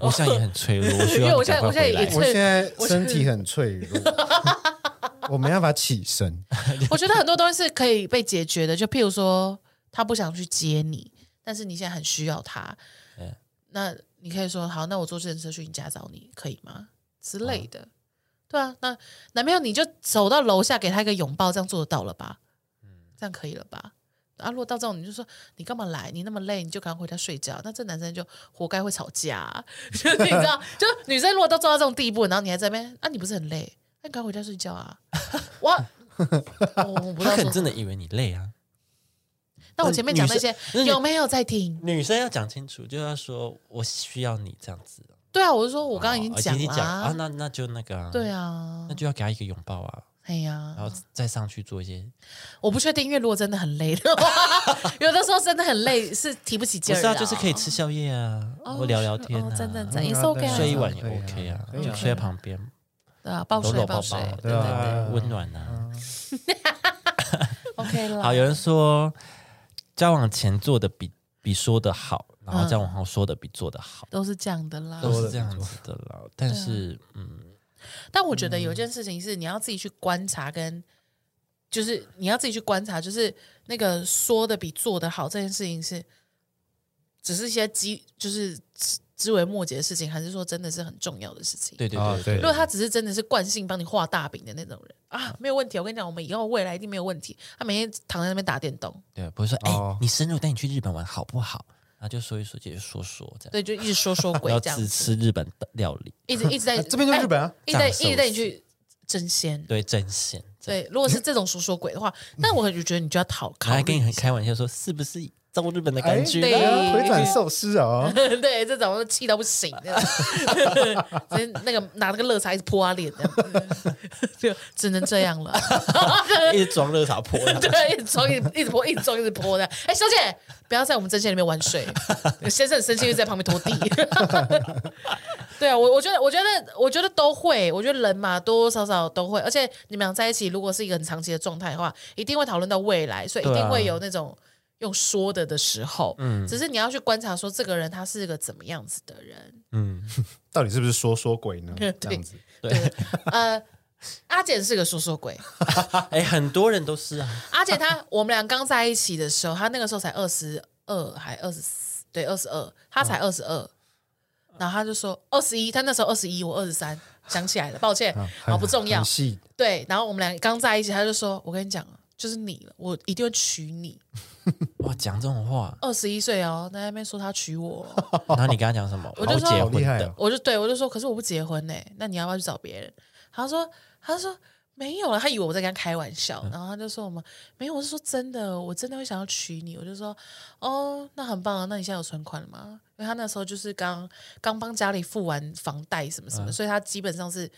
S1: 我现在也很脆弱，我需
S3: 因为
S1: 要
S3: 我
S1: 你赶
S3: 现在
S1: 快
S3: 我现在
S1: 回来
S3: 也。
S2: 我现在身体很脆 弱，我没办法起身。
S3: 我觉得很多东西是可以被解决的，就譬如说他不想去接你，但是你现在很需要他，
S1: 嗯
S3: 那你可以说好，那我坐自行车去你家找你，可以吗？之
S1: 哦
S3: 类的，对啊，那男朋友你就走到楼下给他一个拥抱，这样做得到了吧？
S1: 嗯
S3: 这样可以了吧？啊，如果到这种你就说你干嘛来？你那么累，你就赶快回家睡觉。那这男生就活该会吵架、啊， 就是你知道，就女生如果都做到这种地步，然后你还在那边，啊，你不是很累？那、你赶快回家睡 觉啊！我我我不知
S1: 她可
S3: 道说
S1: 能真的以为你累啊。
S3: 那我前面讲那些
S1: 嗯那女
S3: 有没有在听？
S1: 女生要讲清楚，就要说我需要你这样子。
S3: 对啊，我是说我刚刚已经
S1: 哦
S3: 讲
S1: 已
S3: 了、
S1: 讲啊，那那就那个啊，
S3: 对啊
S1: 那，就要给她一个拥抱啊，
S3: 哎呀
S1: 然，后再上去做一些
S3: 我不确定，因为如果真的很累的 话，有的时候真的很累是提不起劲
S1: 不
S3: 儿
S1: 是
S3: 的、
S1: 啊，就是可以吃宵夜啊，
S3: 哦
S1: 或聊聊天啊，
S3: 是哦真的真的
S2: 嗯
S3: It's okay
S2: 对啊
S1: 睡一晚也
S2: 对
S1: OK 啊，
S2: 可以
S1: 就睡在旁边，
S3: 对啊，抱
S1: 搂
S3: 睡
S1: 搂
S3: 抱
S1: 抱
S3: 睡
S1: 抱，，
S3: 对
S1: 对
S3: 对
S1: 对
S2: 啊嗯
S3: 对
S1: 对，温暖啊。
S3: ，OK 了。
S1: 好，有人说交往前做的比比说的好，然后
S3: 嗯
S1: 交往后说的比做的好，
S3: 都是这样的
S2: 嗯
S3: 啦。
S1: 都是这样子的啦。但是，
S3: 啊
S1: 嗯，
S3: 但我觉得
S2: 嗯
S3: 有一件事情是你要自己去观察跟。就是你要自己去观察，就是那个说的比做的好这件事情是，只是一些基，就是枝枝微末节的事情，还是说真的是很重要的事情？
S1: 对对
S2: 啊
S1: 对
S2: 对
S3: 如果他只是真的是惯性帮你画大饼的那种人啊，没有问题。我跟你讲，我们以后未来一定没有问题。他每天躺在那边打电动，
S1: 对，不会说
S2: 哦
S1: 哎，你生日我带你去日本玩好不好？然后就说一说，就说说这样，
S3: 对，就一直 说说鬼
S1: 要
S3: 这样
S1: 只
S3: 子，
S1: 吃日本的料理，
S3: 一直一直在、
S2: 啊这边就是日本啊，
S3: 哎一直在
S1: 藏寿司
S3: 一直带你去争先。
S1: 对，真鲜。这样
S3: 对，如果是这种说说鬼 的话，那我就觉得你就要讨
S1: 然后
S3: 考
S1: 还跟你
S3: 虑
S1: 很。开玩笑说，是不是照顾日本的
S2: 哎
S1: 感觉
S3: 对，
S1: 呢？
S2: 啊回转寿司哦
S3: 嗯对，这种我都气到不行，这样 直接那个拿那个乐茶一直泼他脸，这样 就只能这样了。
S1: 一直装热茶泼 他。
S3: 对，一直装，一直一直泼，一直装，一直泼的。哎、小姐，不要在我们针线里面玩 水。先生很生气，就在旁边拖地。对啊，我我觉得，我觉得，我觉得都会。我觉得人嘛，多多少少都会。而且你们俩在一起，如果是一个很长期的状态的话，一定会讨论到未来，所以一
S1: 对
S3: 定
S1: 啊
S3: 会有那种用说的的时候。嗯，只是你要去观察，说这个人他是个怎么样子的人。
S1: 嗯，
S2: 到底是不是说说鬼呢？
S3: 对
S2: 这样子，
S1: 对，
S3: 呃，阿简是个说说鬼。
S1: 哎，很多人都是啊，
S3: 而且他我们俩刚在一起的时候，他那个时候才二十二，还二十四，对，二十二，他才二十二。然后他就说二十一，他那时候二十一，我二十三，想起来了，抱歉，好不重
S2: 啊
S3: 要
S2: 很。细
S3: 对，然后我们俩刚在一起，他就说：“我跟你讲，就是你了，我一定会娶你。
S1: 哇，讲这种话”，
S3: 二十一岁哦，在那边说他娶我，
S1: 然后你跟他讲什么？
S3: 我就说
S1: 结
S2: 好
S1: 婚
S2: 厉害
S1: 的
S2: 哦，，
S3: 我就对我就说：“可是我不结婚呢、欸那你要不要去找别人？”他说：“他说没有了，他以为我在跟他开玩笑，然后他就说我们没有，我是说真的，我真的会想要娶你。我就说哦，那很棒啊，那你现在有存款了吗？因为他那时候就是刚刚帮家里付完房贷什么什么，所以他基本上是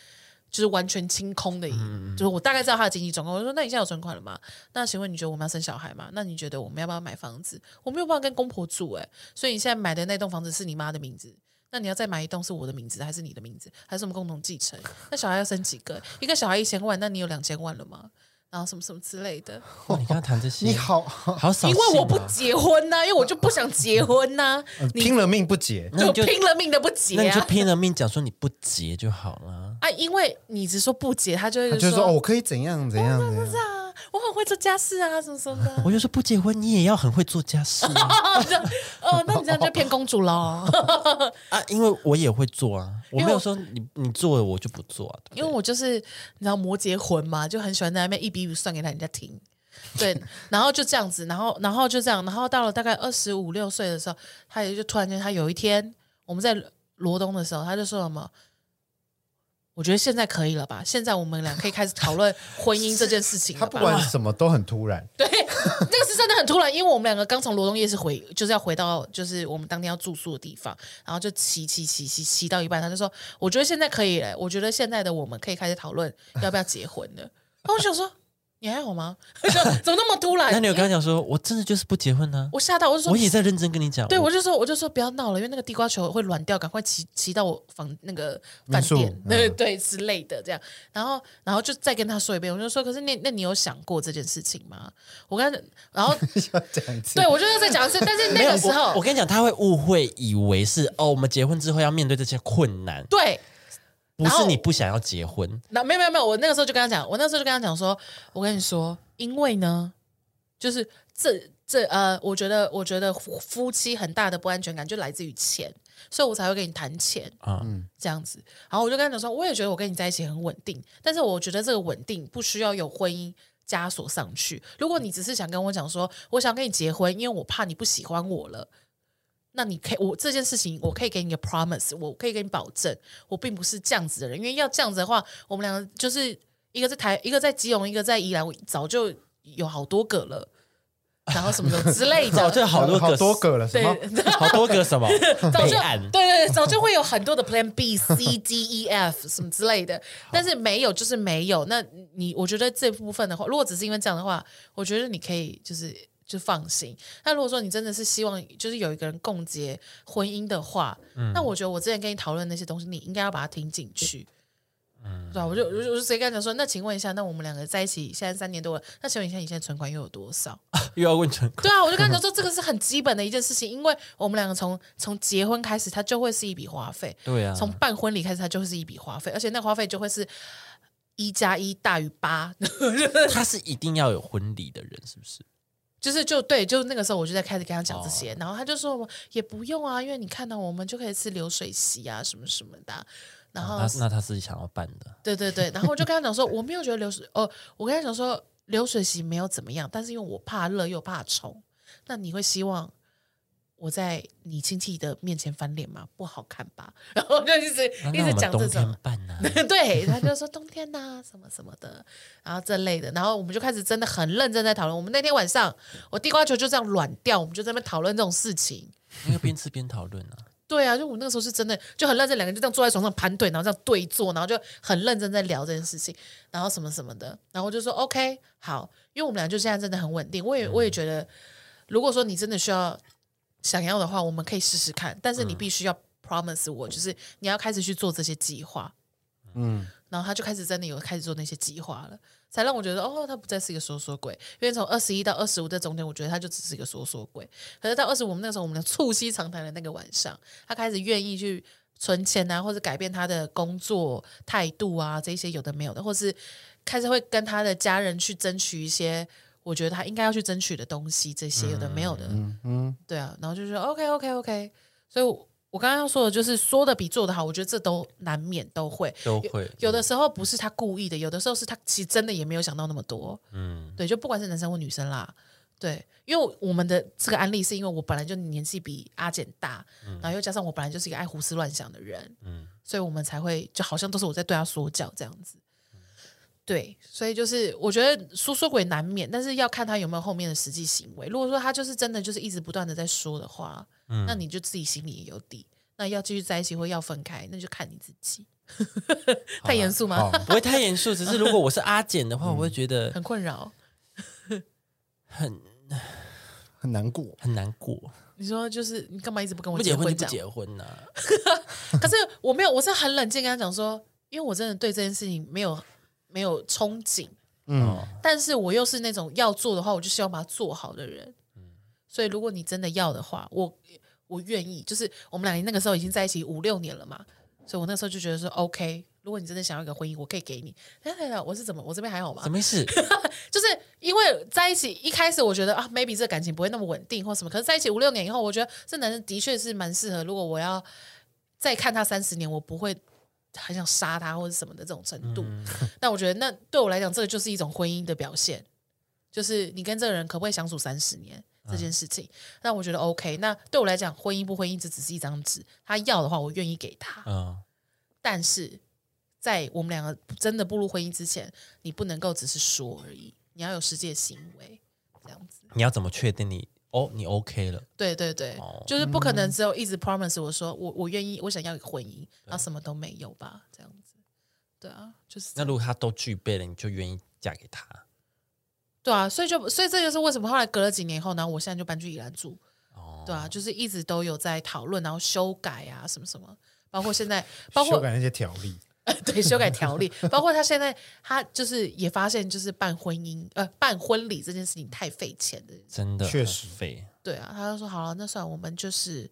S3: 就是完全清空的一，就是我大概知道他的经济状况。我就说那你现在有存款了吗？那请问你觉得我们要生小孩吗？那你觉得我们要不要买房子？我没有办法跟公婆住哎、欸所以你现在买的那栋房子是你妈的名字。那你要再买一栋是我的名字还是你的名字，还是我们共同继承？那小孩要生几个？一个小孩一千万，那你有两千万了吗？然后什么什么之类的，
S1: 哇你跟他谈这 些，
S2: 你好，好
S1: 好扫
S3: 因
S1: 兴啊、
S3: 为我不结婚呐、因为我就不想结婚呐、
S2: 嗯
S3: 你
S2: 拼了命不结，
S1: 那你就
S3: 就拼了命的不结
S1: 那你就
S3: 啊！
S1: 拼了命讲说你不结就好了。
S3: 啊，因为你只说不结，他就会
S2: 他
S3: 说
S2: 就说哦，我可以怎样怎样怎样。
S3: 啊，我很会做家事啊，什么什么的。
S1: 我就说不结婚，你也要很会做家事啊，
S3: 哦，这样哦，那你这样就骗公主喽。
S1: 啊因为我也会做啊，我
S3: 为
S1: 没有说你你做了我就不做啊，对
S3: 因为我就是你知道摩羯魂嘛，就很喜欢在那边一笔一笔算给人家听。对，然后就这样子，然后然后就这样，然后到了大概二十五六岁的时候，他也就突然间，他有一天我们在罗东的时候，他就说什么？我觉得现在可以了吧？现在我们俩可以开始讨论婚姻这件事情
S2: 他
S3: 了
S2: 不
S3: 吧？
S2: 管什么都很突然，
S3: 对，那个是真的很突然，因为我们两个刚从罗东夜市回，就是要回到就是我们当天要住宿的地方，然后就骑骑骑骑骑到一半，他就说：“我觉得现在可以了，我觉得现在的我们可以开始讨论要不要结婚了。”然后我想说：“你还好吗？ 就怎么那么突然？”
S1: 那你有跟他讲说，我真的就是不结婚呢、
S3: 我吓到，我就
S1: 啊，
S3: 说：“
S1: 我也在认真跟你讲，
S3: 对，
S1: 我
S3: 我就说，我就说不要闹了，因为那个地瓜球会软掉，赶快骑骑到我房那个饭
S2: 民宿
S3: 店，对、
S2: 嗯
S3: 对之类的这样。然后，然后就再跟他说一遍，我就说，可是那那你有想过这件事情吗？我跟他，然后
S2: 要讲一次。
S3: 对我就是在讲是，但是那个时
S1: 我
S3: 候
S1: 我，跟你讲，他会误会以为是哦，我们结婚之后要面对这些困难，
S3: 对，
S1: 不
S3: 然后
S1: 是你不想要结婚，
S3: 那没有没有没有，我那个时候就跟他讲，我那时候就跟他讲说，我跟你说，因为呢，就是这这呃，我觉得我觉得夫夫妻很大的不安全感就来自于钱，所以我才会跟你谈钱。
S1: 啊，
S3: 这样子。然后我就跟他讲说，我也觉得我跟你在一起很稳定，但是我觉得这个稳定不需要有婚姻枷锁上去。如果你只是想跟我讲说，我想跟你结婚，因为我怕你不喜欢我了。那你可以，我这件事情我可以给你个 promise，我可以给你保证，我并不是这样子的人，因为要这样子的话，我们两个就是一个在台，一个在基隆，一个在宜兰，我早就有好多个了，然后什么什么之类的，
S1: 早就好多个
S2: 好多个了，什
S3: 对
S2: 么，
S1: 好多个什么
S3: 早
S1: 备
S3: 就
S1: 案
S3: 对对，对，早就会有很多的 Plan B、C、D、E、F 什么之类的，但是没有就是没有。那你我觉得这部分的话，如果只是因为这样的话，我觉得你可以就是就放心。那如果说你真的是希望就是有一个人共结婚姻的话，那我觉得我之前跟你讨论那些东西，你应该要把它听进去。对啊，我就我就我就直接跟他讲说，那请问一下，那我们两个在一起现在三年多了，那请问一下，你现在存款又有多少？
S1: 又要问成功。
S3: 对啊，我就跟他讲说，这个是很基本的一件事情，因为我们两个从从结婚开始，它就会是一笔花费，
S1: 对啊，
S3: 从办婚礼开始，它就会是一笔花费，而且那花费就会是一加一大于八，
S1: 他是一定要有婚礼的人，是不是？
S3: 就是就对，就那个时候我就在开始跟他讲这
S1: 哦
S3: 些，然后他就说也不用啊，因为你看到、我们就可以吃流水席啊，什么什么的啊、然后
S1: 那那他是想要办的，
S3: 对对对，然后我就跟他讲说，我没有觉得流水，哦，我跟他讲说流水席没有怎么样，但是因为我怕热又怕丑，那你会希望我在你亲戚的面前翻脸吗？不好看吧？ 然后我就一直
S1: 那那
S3: 一直
S1: 我们
S3: 讲这
S1: 冬
S3: 种
S1: 天。办啊 呢、
S3: 对，他就说冬天呐、什么什么的，然后这类的，然后我们就开始真的很认真在讨论。我们那天晚上，我地瓜球就这样软掉，我们就在那边讨论这种事情。
S1: 因为边吃边讨论啊。
S3: 对啊，就我那个时候是真的就很认真，两个人就这样坐在床上盘腿，然后这样对坐，然后就很认真在聊这件事情，然后什么什么的，然后我就说 OK 好，因为我们俩就现在真的很稳定，我也我也觉得，如果说你真的需要想要的话，我们可以试试看，但是你必须要 promise 我，就是你要开始去做这些计划，
S2: 嗯，
S3: 然后他就开始真的有开始做那些计划了，才让我觉得哦，他不再是一个说说鬼。因为从二十一到二十五这中间，我觉得他就只是一个说说鬼。可是到二十五，我们那时候我们的促膝长谈的那个晚上，他开始愿意去存钱啊，或者改变他的工作态度啊，这些有的没有的，或是开始会跟他的家人去争取一些。我觉得他应该要去争取的东西，这些有的没有的，
S2: 嗯，
S3: 对啊，然后就是 OK OK OK，所以我我刚刚要说的就是说的比做的好，我觉得这都难免都会，
S1: 都会
S3: 有有的时候不是他故意的，有的时候是他其实真的也没有想到那么多。
S1: 嗯，
S3: 对，就不管是男生或女生啦，对，因为我们的这个案例是因为我本来就年纪比阿简大，然后又加上我本来就是一个爱胡思乱想的人，
S1: 嗯
S3: 所以我们才会就好像都是我在对他说教这样子。对，所以就是我觉得说说鬼难免，但是要看他有没有后面的实际行为。如果说他就是真的就是一直不断的在说的话，
S1: 嗯
S3: 那你就自己心里也有底。那要继续在一起或要分开，那就看你自己。 太严肃吗？
S1: 不会太严肃，只是如果 嗯我是阿简的话，我会觉得
S3: 很困扰。
S1: 很
S2: 很难过。
S1: 很难过，
S3: 你说就是你干嘛一直不跟我
S1: 不结婚就
S3: 婚
S1: 不
S3: 讲？
S1: 结婚啊呐、
S3: 可是我没有，我是很冷静跟他讲说，因为我真的对这件事情没有没有憧憬，
S2: 嗯，
S3: 但是我又是那种要做的话，我就希望把它做好的人。所以如果你真的要的话，我我愿意。就是我们俩那个时候已经在一起五六年了嘛，所以我那时候就觉得说 OK。如果你真的想要一个婚姻，我可以给你。哎，等等我是怎么？我这边还好吗
S1: 什？么意 思？
S3: 就是因为在一起一开始，我觉得啊，maybe 这感情不会那么稳定或什么。可是在一起五六年以后，我觉得这男人的确是蛮适合。如果我要再看他三十年，我不会很想杀他或者什么的这种程
S1: 嗯
S3: 度。那我觉得，那对我来讲，这个就是一种婚姻的表现，就是你跟这个人可不可以相处三十年这件事情。那我觉得 OK。那对我来讲，婚姻不婚姻，这只是一张纸。他要的话，我愿意给他。
S1: 嗯，
S3: 但是在我们两个真的步入婚姻之前，你不能够只是说而已，你要有实际的行为，这样子。
S1: 你要怎么确定你哦你 OK 了？
S3: 对对对，
S1: 哦
S3: 就是
S2: 嗯
S3: 不可能只有一直 promise 我说我我愿意，我想要一个婚姻，然后什么都没有吧，这样子。对啊，就是
S1: 那如果他都具备了，你就愿意嫁给他？
S3: 对啊，所以就所以这就是为什么后来隔了几年后，然后我现在就搬去宜兰住。
S1: 哦，
S3: 对啊，就是一直都有在讨论，然后修改啊什么什么，包括现 在，包括
S2: 修改那些条例，
S3: 对，修改条例，包括他现在他就是也发现，就是办婚姻呃办婚礼这件事情太费钱的，
S1: 真的
S2: 确实
S1: 费。
S3: 对啊，他就说好了，那算了我们就是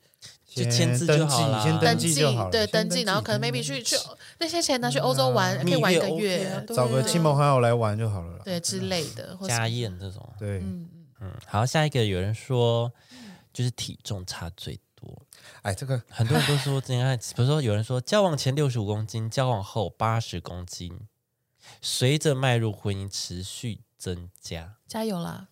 S1: 就签字就好啦
S2: 先登
S3: 登
S2: 记嗯
S3: 记
S2: 就好了，
S3: 对
S2: 先
S3: 登记，然后可能 maybe 去去那些钱拿去欧洲玩，可以玩一个
S1: 蜜月 OK 啊
S3: 月，
S1: 对
S2: 找个亲朋好友来玩就好了啦。
S3: 对之类的，或
S1: 家
S3: 是
S1: 宴这种。
S2: 对，
S1: 嗯，好，下一个有人说就是体重差最多，
S2: 哎，这个
S1: 很多人都说真爱， 比如说有人说交往前六十五公斤，交往后八十公斤，随着迈入婚姻持续增加。
S3: 加油啦，！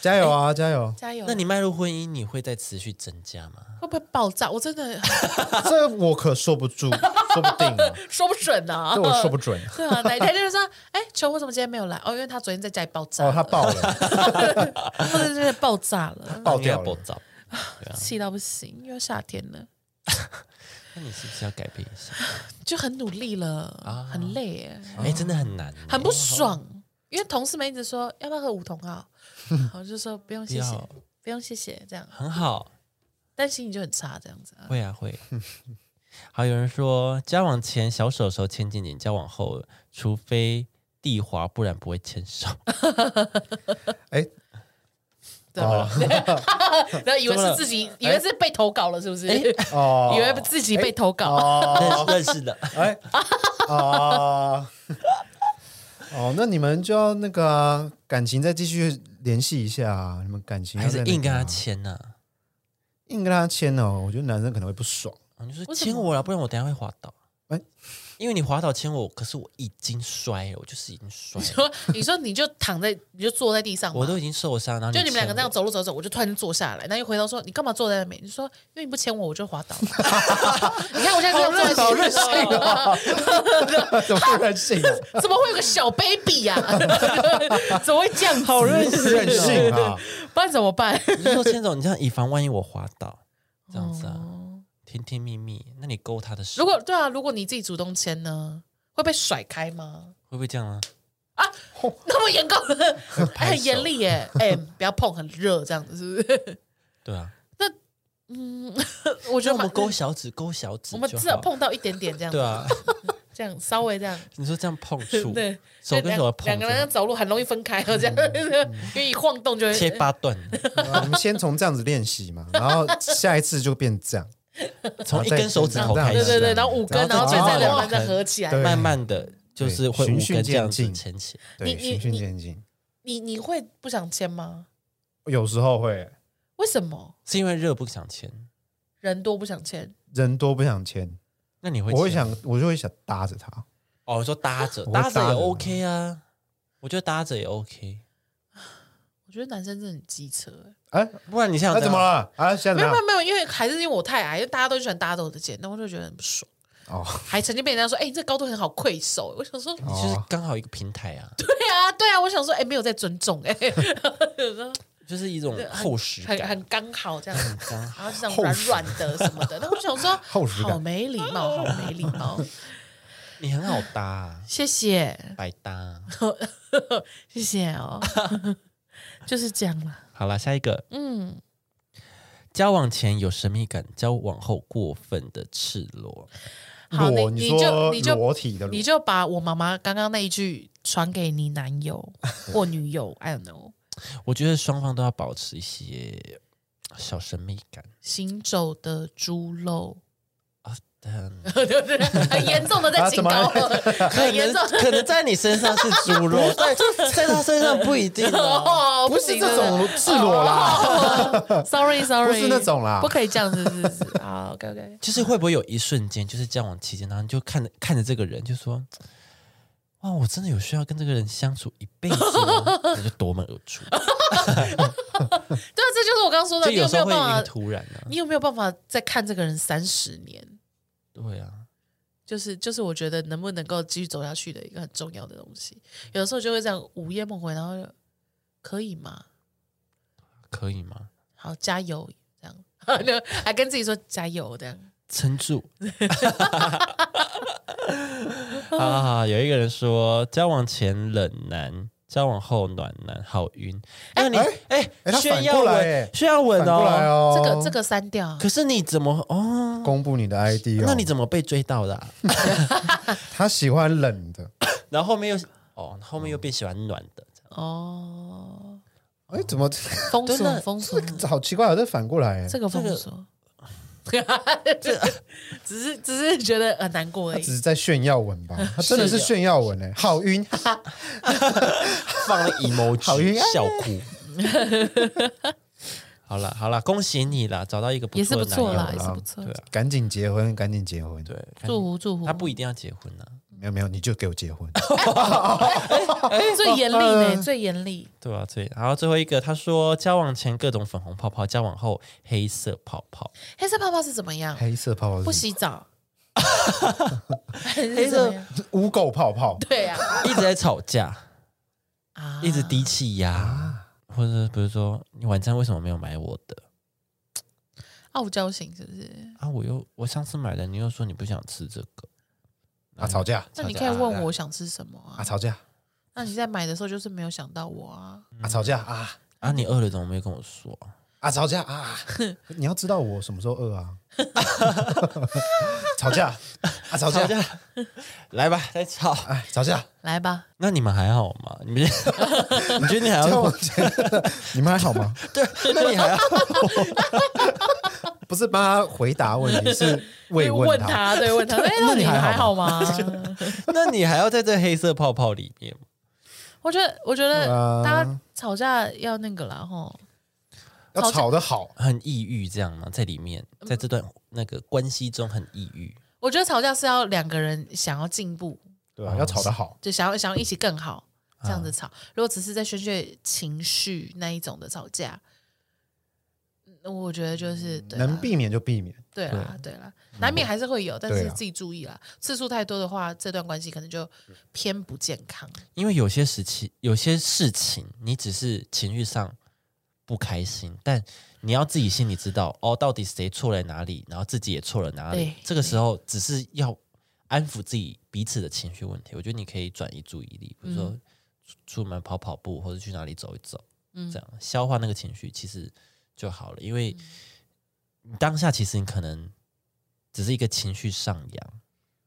S2: 加油啊，加油
S3: 加油啦！
S1: 那你迈入婚姻，你会再持续增加吗？
S3: 会不会爆炸？我真的
S2: 这我可说不住， 说不定啊，
S3: 说不准啊，
S2: 这我说不准。
S3: 对啊，哪一天就是说，哎，球我怎么今天没有来？哦，因为他昨天在家里爆炸
S2: 哦，
S3: 了，
S2: 他爆了，
S3: 或者是爆炸 了，
S2: 爆
S1: 你要
S2: 掉
S1: 爆
S2: 了。
S1: 炸，
S3: 气到不行，因为夏天了。
S1: 那你是不是要改变一下？
S3: 啊就很努力了，很累耶，
S1: 哎、真的很难耶，
S3: 很不
S2: 哦
S3: 爽。因为同事们一直说要不要喝梧桐号， 我就说不用谢
S1: 不
S3: 谢
S1: 要，
S3: 不用谢谢，这样，
S1: 很好，
S2: 嗯
S3: 但心情就很差这样子
S2: 哦
S3: 啊。
S1: 会啊会。好，有人说交往前小手手牵紧紧，交往后除非地滑，不然不会牵手。
S2: 哎，
S3: 对吧？ 然后以为
S1: 怎么了
S3: 是自己，以为是被投稿了，是不是？以
S2: 哦，
S3: 为自己被投稿，
S2: 哦，
S1: 认 认识的，
S2: 哎，哦，哦，那你们就要那个啊感情再继续联系一下啊，你们感情要
S1: 还是
S2: 再那个
S1: 硬跟
S2: 啊
S1: 他签呐、
S2: 硬跟他签哦，我觉得男生可能会不 爽。
S1: 啊？你就说
S3: 为什
S1: 牵我了，不然我等一下会滑倒。
S2: 哎
S1: 因为你滑倒牵我，可是我已经摔了，我就是已经摔
S3: 你
S1: 了，
S2: 哦
S3: 说你说你就躺在，你就坐在地上 嘛，
S1: 我都已经受伤，然后
S3: 就你们两个
S1: 牵
S3: 这样
S1: 我，
S3: 走路走走，我就突然坐下来，那又回头说你干嘛坐在那边？你说因为你不牵我，我就滑倒了。 你看我现在这样坐在
S2: 好
S3: 这
S2: 任
S3: 里
S2: 性啊！怎么任性啊？
S3: 怎么会有个小 baby 呀、怎么会这样子？ 好任
S2: 任性啊！
S3: 不然怎么办？
S1: 你就说牵走，你这样以防万一我滑倒，这样子啊，甜甜蜜蜜。那你勾他的手，
S3: 哦如果对啊，如果你自己主动签呢，会被甩开吗？
S1: 会不会这样啊？
S3: 那么严格，哎
S2: 拍手
S3: 很严 厉耶！哎，不要碰，很热，这样子是不是？
S1: 对啊，
S3: 我
S1: 就
S3: 觉得
S1: 我们
S3: 蛮
S1: 勾，小指，勾小指就好，
S3: 我们至少碰到一点点这样，
S1: 对啊，
S3: 这样稍微这样，
S1: 你说这样碰触，
S3: 对，
S1: 手跟手的碰
S3: 两个人要
S1: 触，
S3: 走路很容易分开，这样， 因为一晃动就
S1: 嗯切
S3: 会。
S1: 八段，
S3: 哦
S2: 啊 我们先从这样子练习嘛，然后下一次就变这样，
S1: 从一根手指头
S2: 然后
S1: 开
S2: 再
S3: 对对
S1: 始，
S3: 对，然后五根，
S1: 然
S3: 然
S1: 后
S3: 后
S1: 再
S3: 最再
S1: 加
S3: 两
S1: 两
S3: 根
S1: 根
S3: 再合起来
S2: 对。
S1: 慢慢的就是会
S2: 循
S1: 五
S2: 序
S1: 根这样子
S2: 渐进
S1: 牵起来。
S2: 对，
S3: 你
S2: 循序渐进。
S3: 你你会不想签吗？
S2: 有时候会
S3: 为什么
S1: 是因为热不想签，
S3: 人多不想签？
S2: 人多不想签，
S1: 那你会签吗？
S2: 我会想，我就会想搭着他。
S1: 哦，你说搭着，
S2: 我会
S1: 搭着
S2: 搭
S1: 也
S2: 着
S1: OK 啊，我觉得搭着也 OK。
S3: 我觉得男生真的很机车、欸。
S2: 哎，
S1: 不然你想
S2: 那
S1: 想
S2: 怎么
S1: 了？
S2: 了？啊，现在
S3: 没
S2: 怎
S3: 有
S2: 么
S3: 没
S2: 样？
S3: 有没有，因为还是因为我太矮，因为大家都喜欢搭着我的肩，那我就觉得很不爽。
S2: 哦，
S3: 还曾经被人家说：“哎、你这高度很好愧手。”我想说：“
S1: 你就是
S2: 哦
S1: 刚好一个平台啊，
S3: 对啊，对啊。”我想说：“哎、没有在尊重、哎，有时候
S1: 就是一种厚实
S3: 很
S1: 感，
S3: 很刚好这样子，
S1: 刚好
S3: 然后就这样软软的什么的。”那我就想说：“
S2: 厚实感
S3: 好没礼 貌，好没礼貌。
S1: 你很好搭啊”，
S3: 谢谢，
S1: 百搭啊。
S3: 谢谢哦，就是这样啦。
S1: 好啦，下一个，
S3: 嗯，
S1: 交往前有神秘感，交往后过分的赤裸。
S3: 好，你
S2: 裸，
S3: 你就
S2: 说
S3: 你就
S2: 裸体的裸
S3: 你，就把我妈妈刚刚那一句传给你男友或女友，I don't know，
S1: 我觉得双方都要保持一些小神秘感
S3: 行走的猪肉，
S1: 啊。但
S3: 对不对？ 很严重的在
S2: 啊
S3: 警
S2: 怎么
S3: 告，
S1: 可
S3: 很严
S1: 能
S3: 重。
S1: 可能在你身上是猪肉， 在在他身上不一定哦。
S3: 哦，
S2: 不是
S3: 行
S2: 这种赤裸啦，
S3: ，sorry
S2: 不
S3: 哦 sorry，
S2: 是那种啊啦
S3: 不，可以这样子，是是 是，好，OK OK，
S1: 就是会不会有一瞬间，就是交往期间，然后你就看着看着这个人，就说：“哇，我真的有需要跟这个人相处一辈子吗？” 那就夺门而出。
S3: 哦对啊，这就是我刚刚说的，
S1: 就
S3: 你
S1: 有
S3: 有
S1: 时
S3: 没
S1: 候
S3: 有
S1: 会有一
S3: 办
S1: 个
S3: 法？
S1: 突然啊，
S3: 你有没有办法再看这个人三十年？
S1: 对啊，
S3: 就是就是，我觉得能不能够继续走下去的一个很重要的东西。有的时候就会这样午夜梦回，然后就可以吗？
S1: 可以吗？
S3: 好，加油，这样， 就还跟自己说加油，这样。
S1: 撑住。 好好好，有一个人说，交往前冷男，交往后暖男，好晕。那你
S2: 哎
S1: 哎
S2: 哎他，
S1: 炫
S2: 反
S1: 耀
S2: 过来
S1: 文
S2: 哎，
S1: 炫耀文
S2: 反过来
S1: 哦。
S2: 哦，
S3: 这个这个删掉啊，
S1: 可是你怎么哦？
S2: 公布你的 ID 哦，
S1: 那你怎么被追到的啊？
S2: 他喜欢冷的，
S1: 然后后面又哦，后面又变喜欢暖的，
S3: 哦，
S2: 哎，怎么
S3: 封
S1: 真
S3: 锁
S1: 的
S3: 封锁，
S2: 这 好奇怪哦，这反过来哎，
S3: 这个封锁。 只是只是觉得很难过而
S2: 他
S3: 已
S2: 只。是在炫耀文 吧？
S3: 啊
S2: 他真的是炫耀文哎，好晕，
S1: 放了
S2: 好晕
S1: emoji 笑哭。 好了好了，恭喜你啦，找到一个不
S3: 也是
S1: 错的
S3: 不
S1: 男
S3: 错
S1: 友
S3: 啦，
S1: 啦
S3: 也是不错
S1: 对。啊
S2: 赶紧结婚，赶紧结婚，
S1: 对，看
S3: 祝福祝福，
S1: 他不一定要结婚啊，
S2: 没有没有，你就给我结婚，
S3: 最严厉
S2: 呃
S3: 呢，最严厉。
S1: 对啊，对。然后最后一个，他说交往前各种粉红泡泡，交往后黑色泡泡。
S3: 黑色泡泡是怎么样？
S2: 黑色泡泡是什么
S3: 不洗 澡。黑色
S2: 污垢泡泡，
S3: 对 啊，
S1: 一直在吵架，
S3: 啊
S1: 一直低气压，或者比如说你晚餐为什么没有买我的
S3: 傲娇型是不是？
S1: 啊？我又我上次买的，你又说你不想吃这个，
S2: 啊吵架
S3: 那你可以问我想吃什么
S2: 啊
S3: 啊？
S2: 吵架
S3: 那你在买的时候就是没有想到我啊？
S2: 啊吵架啊
S1: 啊，你饿了怎么没跟我说？
S2: 啊吵架啊！ 你要知道我什么时候饿啊？ 吵架啊吵架
S1: 架， 来吧，再吵。
S2: 哎吵架，
S3: 来吧，
S1: 那你们还好吗？你们 你觉得你 还
S2: 交
S1: 好
S2: 往
S1: 吗？
S2: 前你们还好吗？
S1: 对，那你还好？
S2: 不是帮他回答问题，是慰
S3: 对，
S2: 问
S3: 问
S2: 他。
S3: 他，对，问 他，哎，那你还好吗？
S1: 那你还要在这黑色泡泡里面吗？
S3: 我觉得，我觉 得
S2: 啊
S3: 大家吵架要那个啦，吼，
S2: 要吵得好，
S1: 很抑郁这样吗？在里面，在这段那个关系中很抑郁。
S3: 我觉得吵架是要两个人想要进步，
S2: 对吧？要吵得好，
S3: 就想要想要一起更好这样子吵。如果只是在宣泄情绪那一种的吵架，嗯我觉得就是对啦
S2: 能避免就避免。
S3: 对啦对啦，难免还是会有，但
S2: 对
S3: 是
S2: 啊
S3: 自己注意啦。次数太多的话，这段关系可能就偏不健康。
S1: 因为有些时期，有些事情，你只是情绪上不开心，但你要自己心里知道，哦，到底谁错了哪里，然后自己也错了哪里
S3: 对。
S1: 这个时候，只是要安抚自己彼此的情绪问题。我觉得你可以转移注意力，比如
S3: 嗯
S1: 说出出门跑跑步，或者去哪里走一走，
S3: 嗯
S1: 这样消化那个情绪，其实就好了。因为你当下其实你可能只是一个情绪上扬，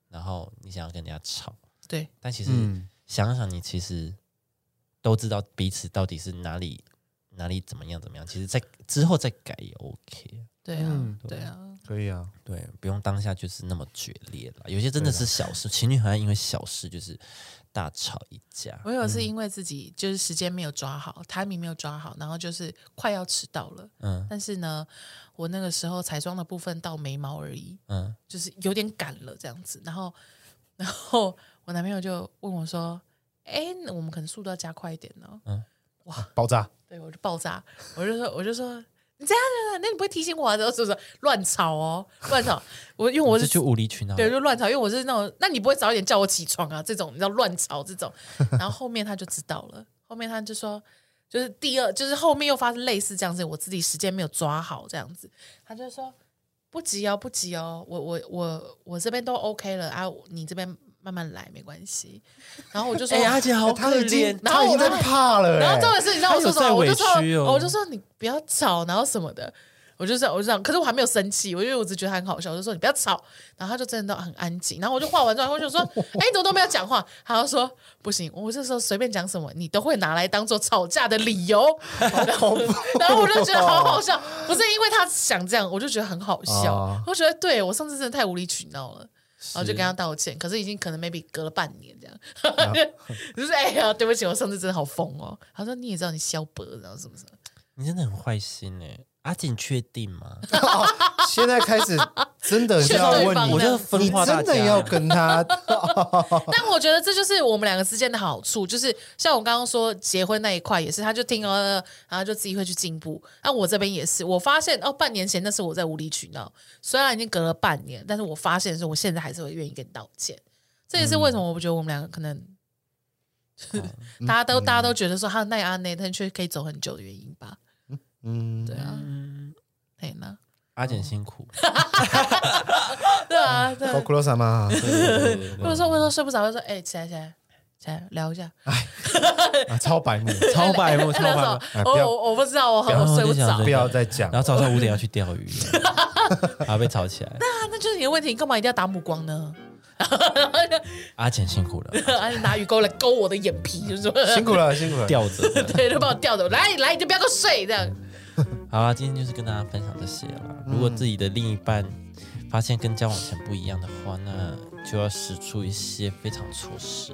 S1: 然后你想要跟人家吵，
S3: 对，
S1: 但其实
S2: 嗯，
S1: 想想，你其实都知道彼此到底是哪里哪里怎么样怎么样。其实在，之后再改也 OK。
S3: 对啊，
S2: 嗯
S3: 对啊，
S2: 可以啊。
S1: 对，不用当下就是那么决裂了。有些真的是小事，情侣很爱因为小事就是大吵一架。
S3: 我有是因为自己就是时间没有抓好，timing 没有抓好，然后就是快要迟到了。
S1: 嗯
S3: 但是呢，我那个时候彩妆的部分到眉毛而已，
S1: 嗯，
S3: 就是有点赶了这样子。然后，然后我男朋友就问我说：“哎，那我们可能速度要加快一点哦。
S2: 爆炸，”
S3: 对我就爆炸，我就说，我就说。你这样的，那你不会提醒我啊？然后就是乱吵哦，乱吵。我因为我
S1: 这
S3: 是
S1: 就无理取闹。
S3: 对，就乱吵，因为我是那种，那你不会早一点叫我起床啊？这种你知道乱吵这种，然后后面他就知道了，后面他就说，就是第二，就是后面又发生类似这样子，我自己时间没有抓好这样子，他就说不急哦，不急哦，我我我我这边都 OK 了啊，你这边慢慢来，没关系。然后我就说，
S1: 哎、阿姐好
S2: 他
S1: 可
S2: 已经
S1: 怜，
S3: 然后
S2: 他已经
S3: 我
S2: 在
S3: 还
S2: 怕了、欸，
S3: 然后这回事，你知道我说什
S1: 他有
S3: 么？我
S1: 在
S3: 就说
S1: 委屈，哦
S3: 我就说你不要吵，然后什么的。我就这样，我就这样，可是我还没有生气，我因为我只觉得他很好笑，我就说你不要吵，然后他就真的都很安静，然后我就画完之后，我就说，哎，你怎么都没有讲话？他就说不行，我这时候随便讲什么，你都会拿来当做吵架的理由，然后然后我就觉得好好笑，不是因为他想这样，我就觉得很好笑，
S2: 哦
S3: 我觉得对我上次真的太无理取闹了。然后就
S1: 是
S3: 跟他道歉，可是已经可能 maybe 隔了半年这样， 就是哎呀，对不起，我上次真的好疯哦。他说你也知道你消薄，然后什么什么，
S1: 你真的很坏心哎、阿姐，你确定吗？
S2: 现在开始真的是要
S3: 对
S2: 问
S3: 方
S2: 你，
S1: 我
S3: 这
S1: 就
S3: 样
S1: 分
S2: 你
S1: 化大
S2: 真的
S1: 家，
S2: 要跟 他
S3: 但我觉得这就是我们两个之间的好处，就是像我刚刚说结婚那一块也是，他就听了，然后就自己会去进步。那我这边也是，我发现哦，半年前那是我在无理取闹，虽然已经隔了半年，但是我发现说我现在还是会愿意跟你道歉。这也是为什么我觉得我们两个可能。 大家都大家都觉得说啊他奈阿内，但却可以走很久的原因吧？
S2: 嗯，
S3: 对啊，
S1: 嗯，
S3: 嘿那
S1: 阿姐辛苦，
S3: 对啊，对啊
S2: 好 close 嘛，
S3: 或者说，我说睡不着，我说，哎、起来起来起来聊一下，
S2: 啊超白目，
S1: 超白目，
S3: 哎
S1: 超
S3: 聊
S1: 白
S3: 什
S1: 目
S3: 么。
S2: 哎？
S3: 我
S2: 不要
S3: 我我不知道，我
S1: 不要
S3: 我睡不
S1: 我在
S3: 着
S1: 想。
S2: 不要再 讲
S1: 然，后早上五点要去钓鱼， 还要被吵起来。
S3: 那那就是你的问题，你干嘛一定要打目光呢？
S1: 阿姐辛苦了，
S3: 而且拿鱼钩来勾我的眼皮，就是说，
S2: 辛苦了，辛苦 了，
S1: 吊着。
S3: 对，就把我吊走，来来，你就不要给我睡这样。
S1: 好啦，今天就是跟大家分享这些啦。如果自己的另一半发现跟交往前不一样的话，那就要使出一些非常措 施，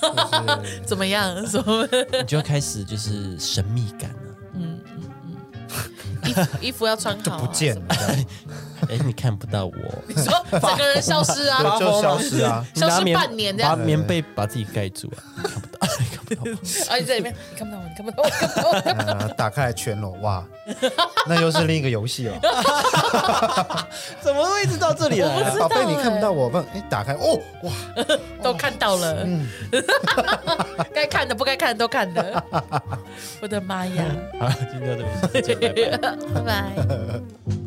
S2: 就是
S3: 怎么样？什么？
S1: 你就要开始就是神秘感啊了、
S3: 衣服 衣服要穿好、啊，
S2: 不见
S3: 什么
S2: 了，这样
S1: 哎，你看不到我，
S3: 你说整个人消失啊？
S2: 对 就消失啊，
S1: 你拿
S3: 消失
S1: 棉
S3: 半年这
S1: 把
S3: 样
S1: 棉被把自己盖住啊，你看不到，你看不到我。
S3: 啊，你在里面，你看不到我，你看不到我，你看不到我。
S2: 啊打开来全裸，哇，那又是另一个游戏了。
S1: 怎么会一直到这里 来、啊？
S2: 宝贝，你看不到我，不，哎，打开哦，哇，
S3: 都看到了，
S2: 嗯
S3: 该看的不该看的都看了，我的妈呀！
S1: 好，今天就到这里，再见拜拜。
S3: 拜拜。